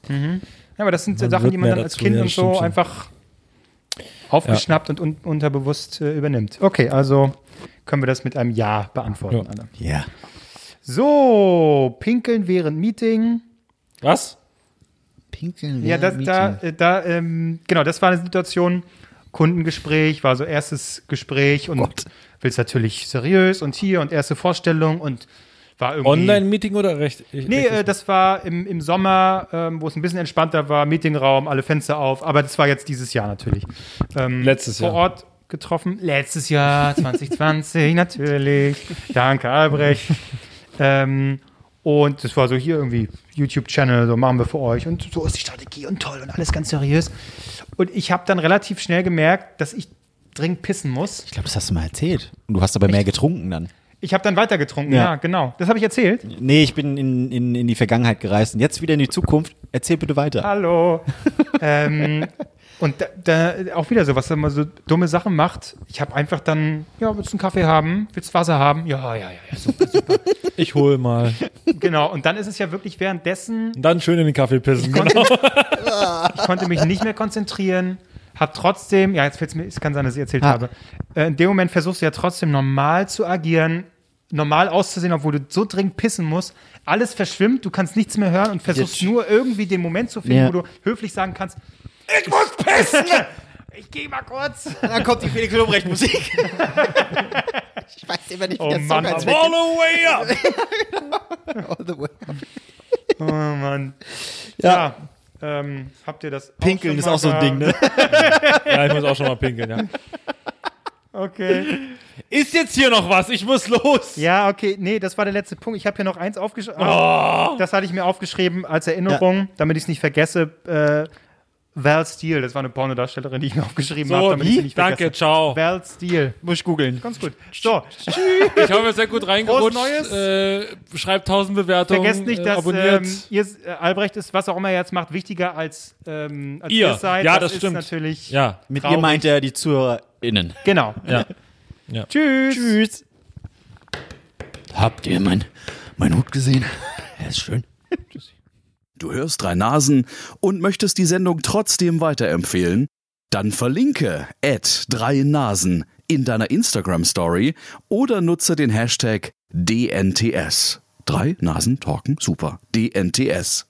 Speaker 1: Ja, aber das sind so
Speaker 3: Man
Speaker 1: Sachen,
Speaker 3: wird
Speaker 1: die man
Speaker 3: mehr
Speaker 1: dann als
Speaker 3: dazu,
Speaker 1: Kind
Speaker 3: ja,
Speaker 1: und
Speaker 3: das stimmt
Speaker 1: so
Speaker 3: schon.
Speaker 1: einfach aufgeschnappt und un unterbewusst äh, übernimmt. Okay, also können wir das mit einem Ja beantworten.
Speaker 3: Ja.
Speaker 1: Alle.
Speaker 2: Ja.
Speaker 1: So, pinkeln während Meeting.
Speaker 3: was?
Speaker 2: Pinkeln.
Speaker 1: Ja, das, da, äh, da ähm, genau, das war eine Situation. Kundengespräch war so erstes Gespräch und
Speaker 2: Gott.
Speaker 1: willst natürlich seriös und hier und erste Vorstellung und war irgendwie.
Speaker 3: Online-Meeting oder recht? ich-
Speaker 1: Nee,
Speaker 3: rechtlich?
Speaker 1: äh, das war im, im Sommer, ähm, wo es ein bisschen entspannter war, Meetingraum, alle Fenster auf, aber das war jetzt dieses Jahr natürlich. Ähm,
Speaker 3: Letztes Jahr.
Speaker 1: Vor Ort getroffen. Letztes Jahr, 2020, natürlich. Danke, Albrecht. ähm, und das war so hier irgendwie YouTube-Channel, so machen wir für euch und so ist die Strategie und toll und alles ganz seriös. Und ich habe dann relativ schnell gemerkt, dass ich dringend pissen muss.
Speaker 2: Ich glaube, das hast du mal erzählt. Und du hast aber mehr getrunken dann.
Speaker 1: Ich habe dann weitergetrunken, ja.
Speaker 2: Ja.
Speaker 1: ja, genau. Das habe ich erzählt.
Speaker 2: Nee, ich bin in, in, in die Vergangenheit gereist und jetzt wieder in die Zukunft. Erzähl bitte weiter.
Speaker 1: Hallo. ähm, und da, da auch wieder so, was er immer so dumme Sachen macht. Ich habe einfach dann, ja, willst du einen Kaffee haben? Willst du Wasser haben? Ja, ja, ja, ja, super, super.
Speaker 3: ich hole mal.
Speaker 1: genau. Und dann ist es ja wirklich währenddessen,
Speaker 3: Und dann schön in den Kaffee pissen.
Speaker 1: ich konnte mich nicht mehr konzentrieren, hab trotzdem, ja, jetzt fällt mir, es kann sein, dass ich erzählt
Speaker 2: Ah.
Speaker 1: habe. Äh, in dem Moment versuchst du ja trotzdem normal zu agieren, normal auszusehen, obwohl du so dringend pissen musst. Alles verschwimmt, du kannst nichts mehr hören und versuchst nur irgendwie den Moment zu finden,
Speaker 2: Ja.
Speaker 1: wo du höflich sagen kannst, ich muss pissen! Ich gehe mal kurz.
Speaker 2: Dann kommt die Felix Lobrecht Musik. ich weiß immer nicht, wie
Speaker 1: Oh
Speaker 2: der
Speaker 1: Mann,
Speaker 2: Song heißt.
Speaker 1: aber-
Speaker 3: All the way up!
Speaker 2: All the way.
Speaker 1: Oh Mann. Ja.
Speaker 2: Ja.
Speaker 1: Ähm, habt ihr das? auch
Speaker 2: Pinkeln
Speaker 1: schon
Speaker 2: ist
Speaker 1: mal
Speaker 2: auch so ein Ding, ne?
Speaker 3: Ja, ich muss auch schon mal pinkeln, ja.
Speaker 1: Okay.
Speaker 3: Ist jetzt hier noch was? Ich muss los.
Speaker 1: Ja, okay. Nee, das war der letzte Punkt. Ich habe hier noch eins
Speaker 2: Oh.
Speaker 1: aufgeschrieben.
Speaker 3: Oh.
Speaker 1: Das hatte ich mir aufgeschrieben als Erinnerung, damit ich es nicht vergesse. Äh, Val Steele, das war eine Pornodarstellerin, die ich mir aufgeschrieben habe,
Speaker 3: So,
Speaker 1: damit ich sie nicht
Speaker 3: danke,
Speaker 1: vergesse.
Speaker 3: ciao.
Speaker 1: Val Steele.
Speaker 2: Muss ich googeln.
Speaker 1: Ganz gut. So,
Speaker 3: Ich habe jetzt sehr gut reingerutscht.
Speaker 1: Neues.
Speaker 3: Äh, schreibt 1000 Bewertungen.
Speaker 1: vergesst nicht,
Speaker 3: äh,
Speaker 1: dass
Speaker 3: abonniert.
Speaker 1: ähm, ihr, äh, Albrecht ist, was auch immer er jetzt macht, wichtiger als, ähm, als
Speaker 3: Ihr.
Speaker 1: seid.
Speaker 3: Ja, das
Speaker 1: ist
Speaker 3: stimmt.
Speaker 1: natürlich.
Speaker 3: ja.
Speaker 2: Mit
Speaker 1: Traurig.
Speaker 2: ihr meint er die ZuhörerInnen.
Speaker 1: Genau.
Speaker 3: Ja.
Speaker 1: Tschüss.
Speaker 2: Tschüss.
Speaker 5: Habt ihr mein, mein Hut gesehen? Er ist schön. Du hörst drei Nasen und möchtest die Sendung trotzdem weiterempfehlen? Dann verlinke at drei Nasen in deiner Instagram Story oder nutze den Hashtag DNTS. Drei Nasen talken super. DNTS.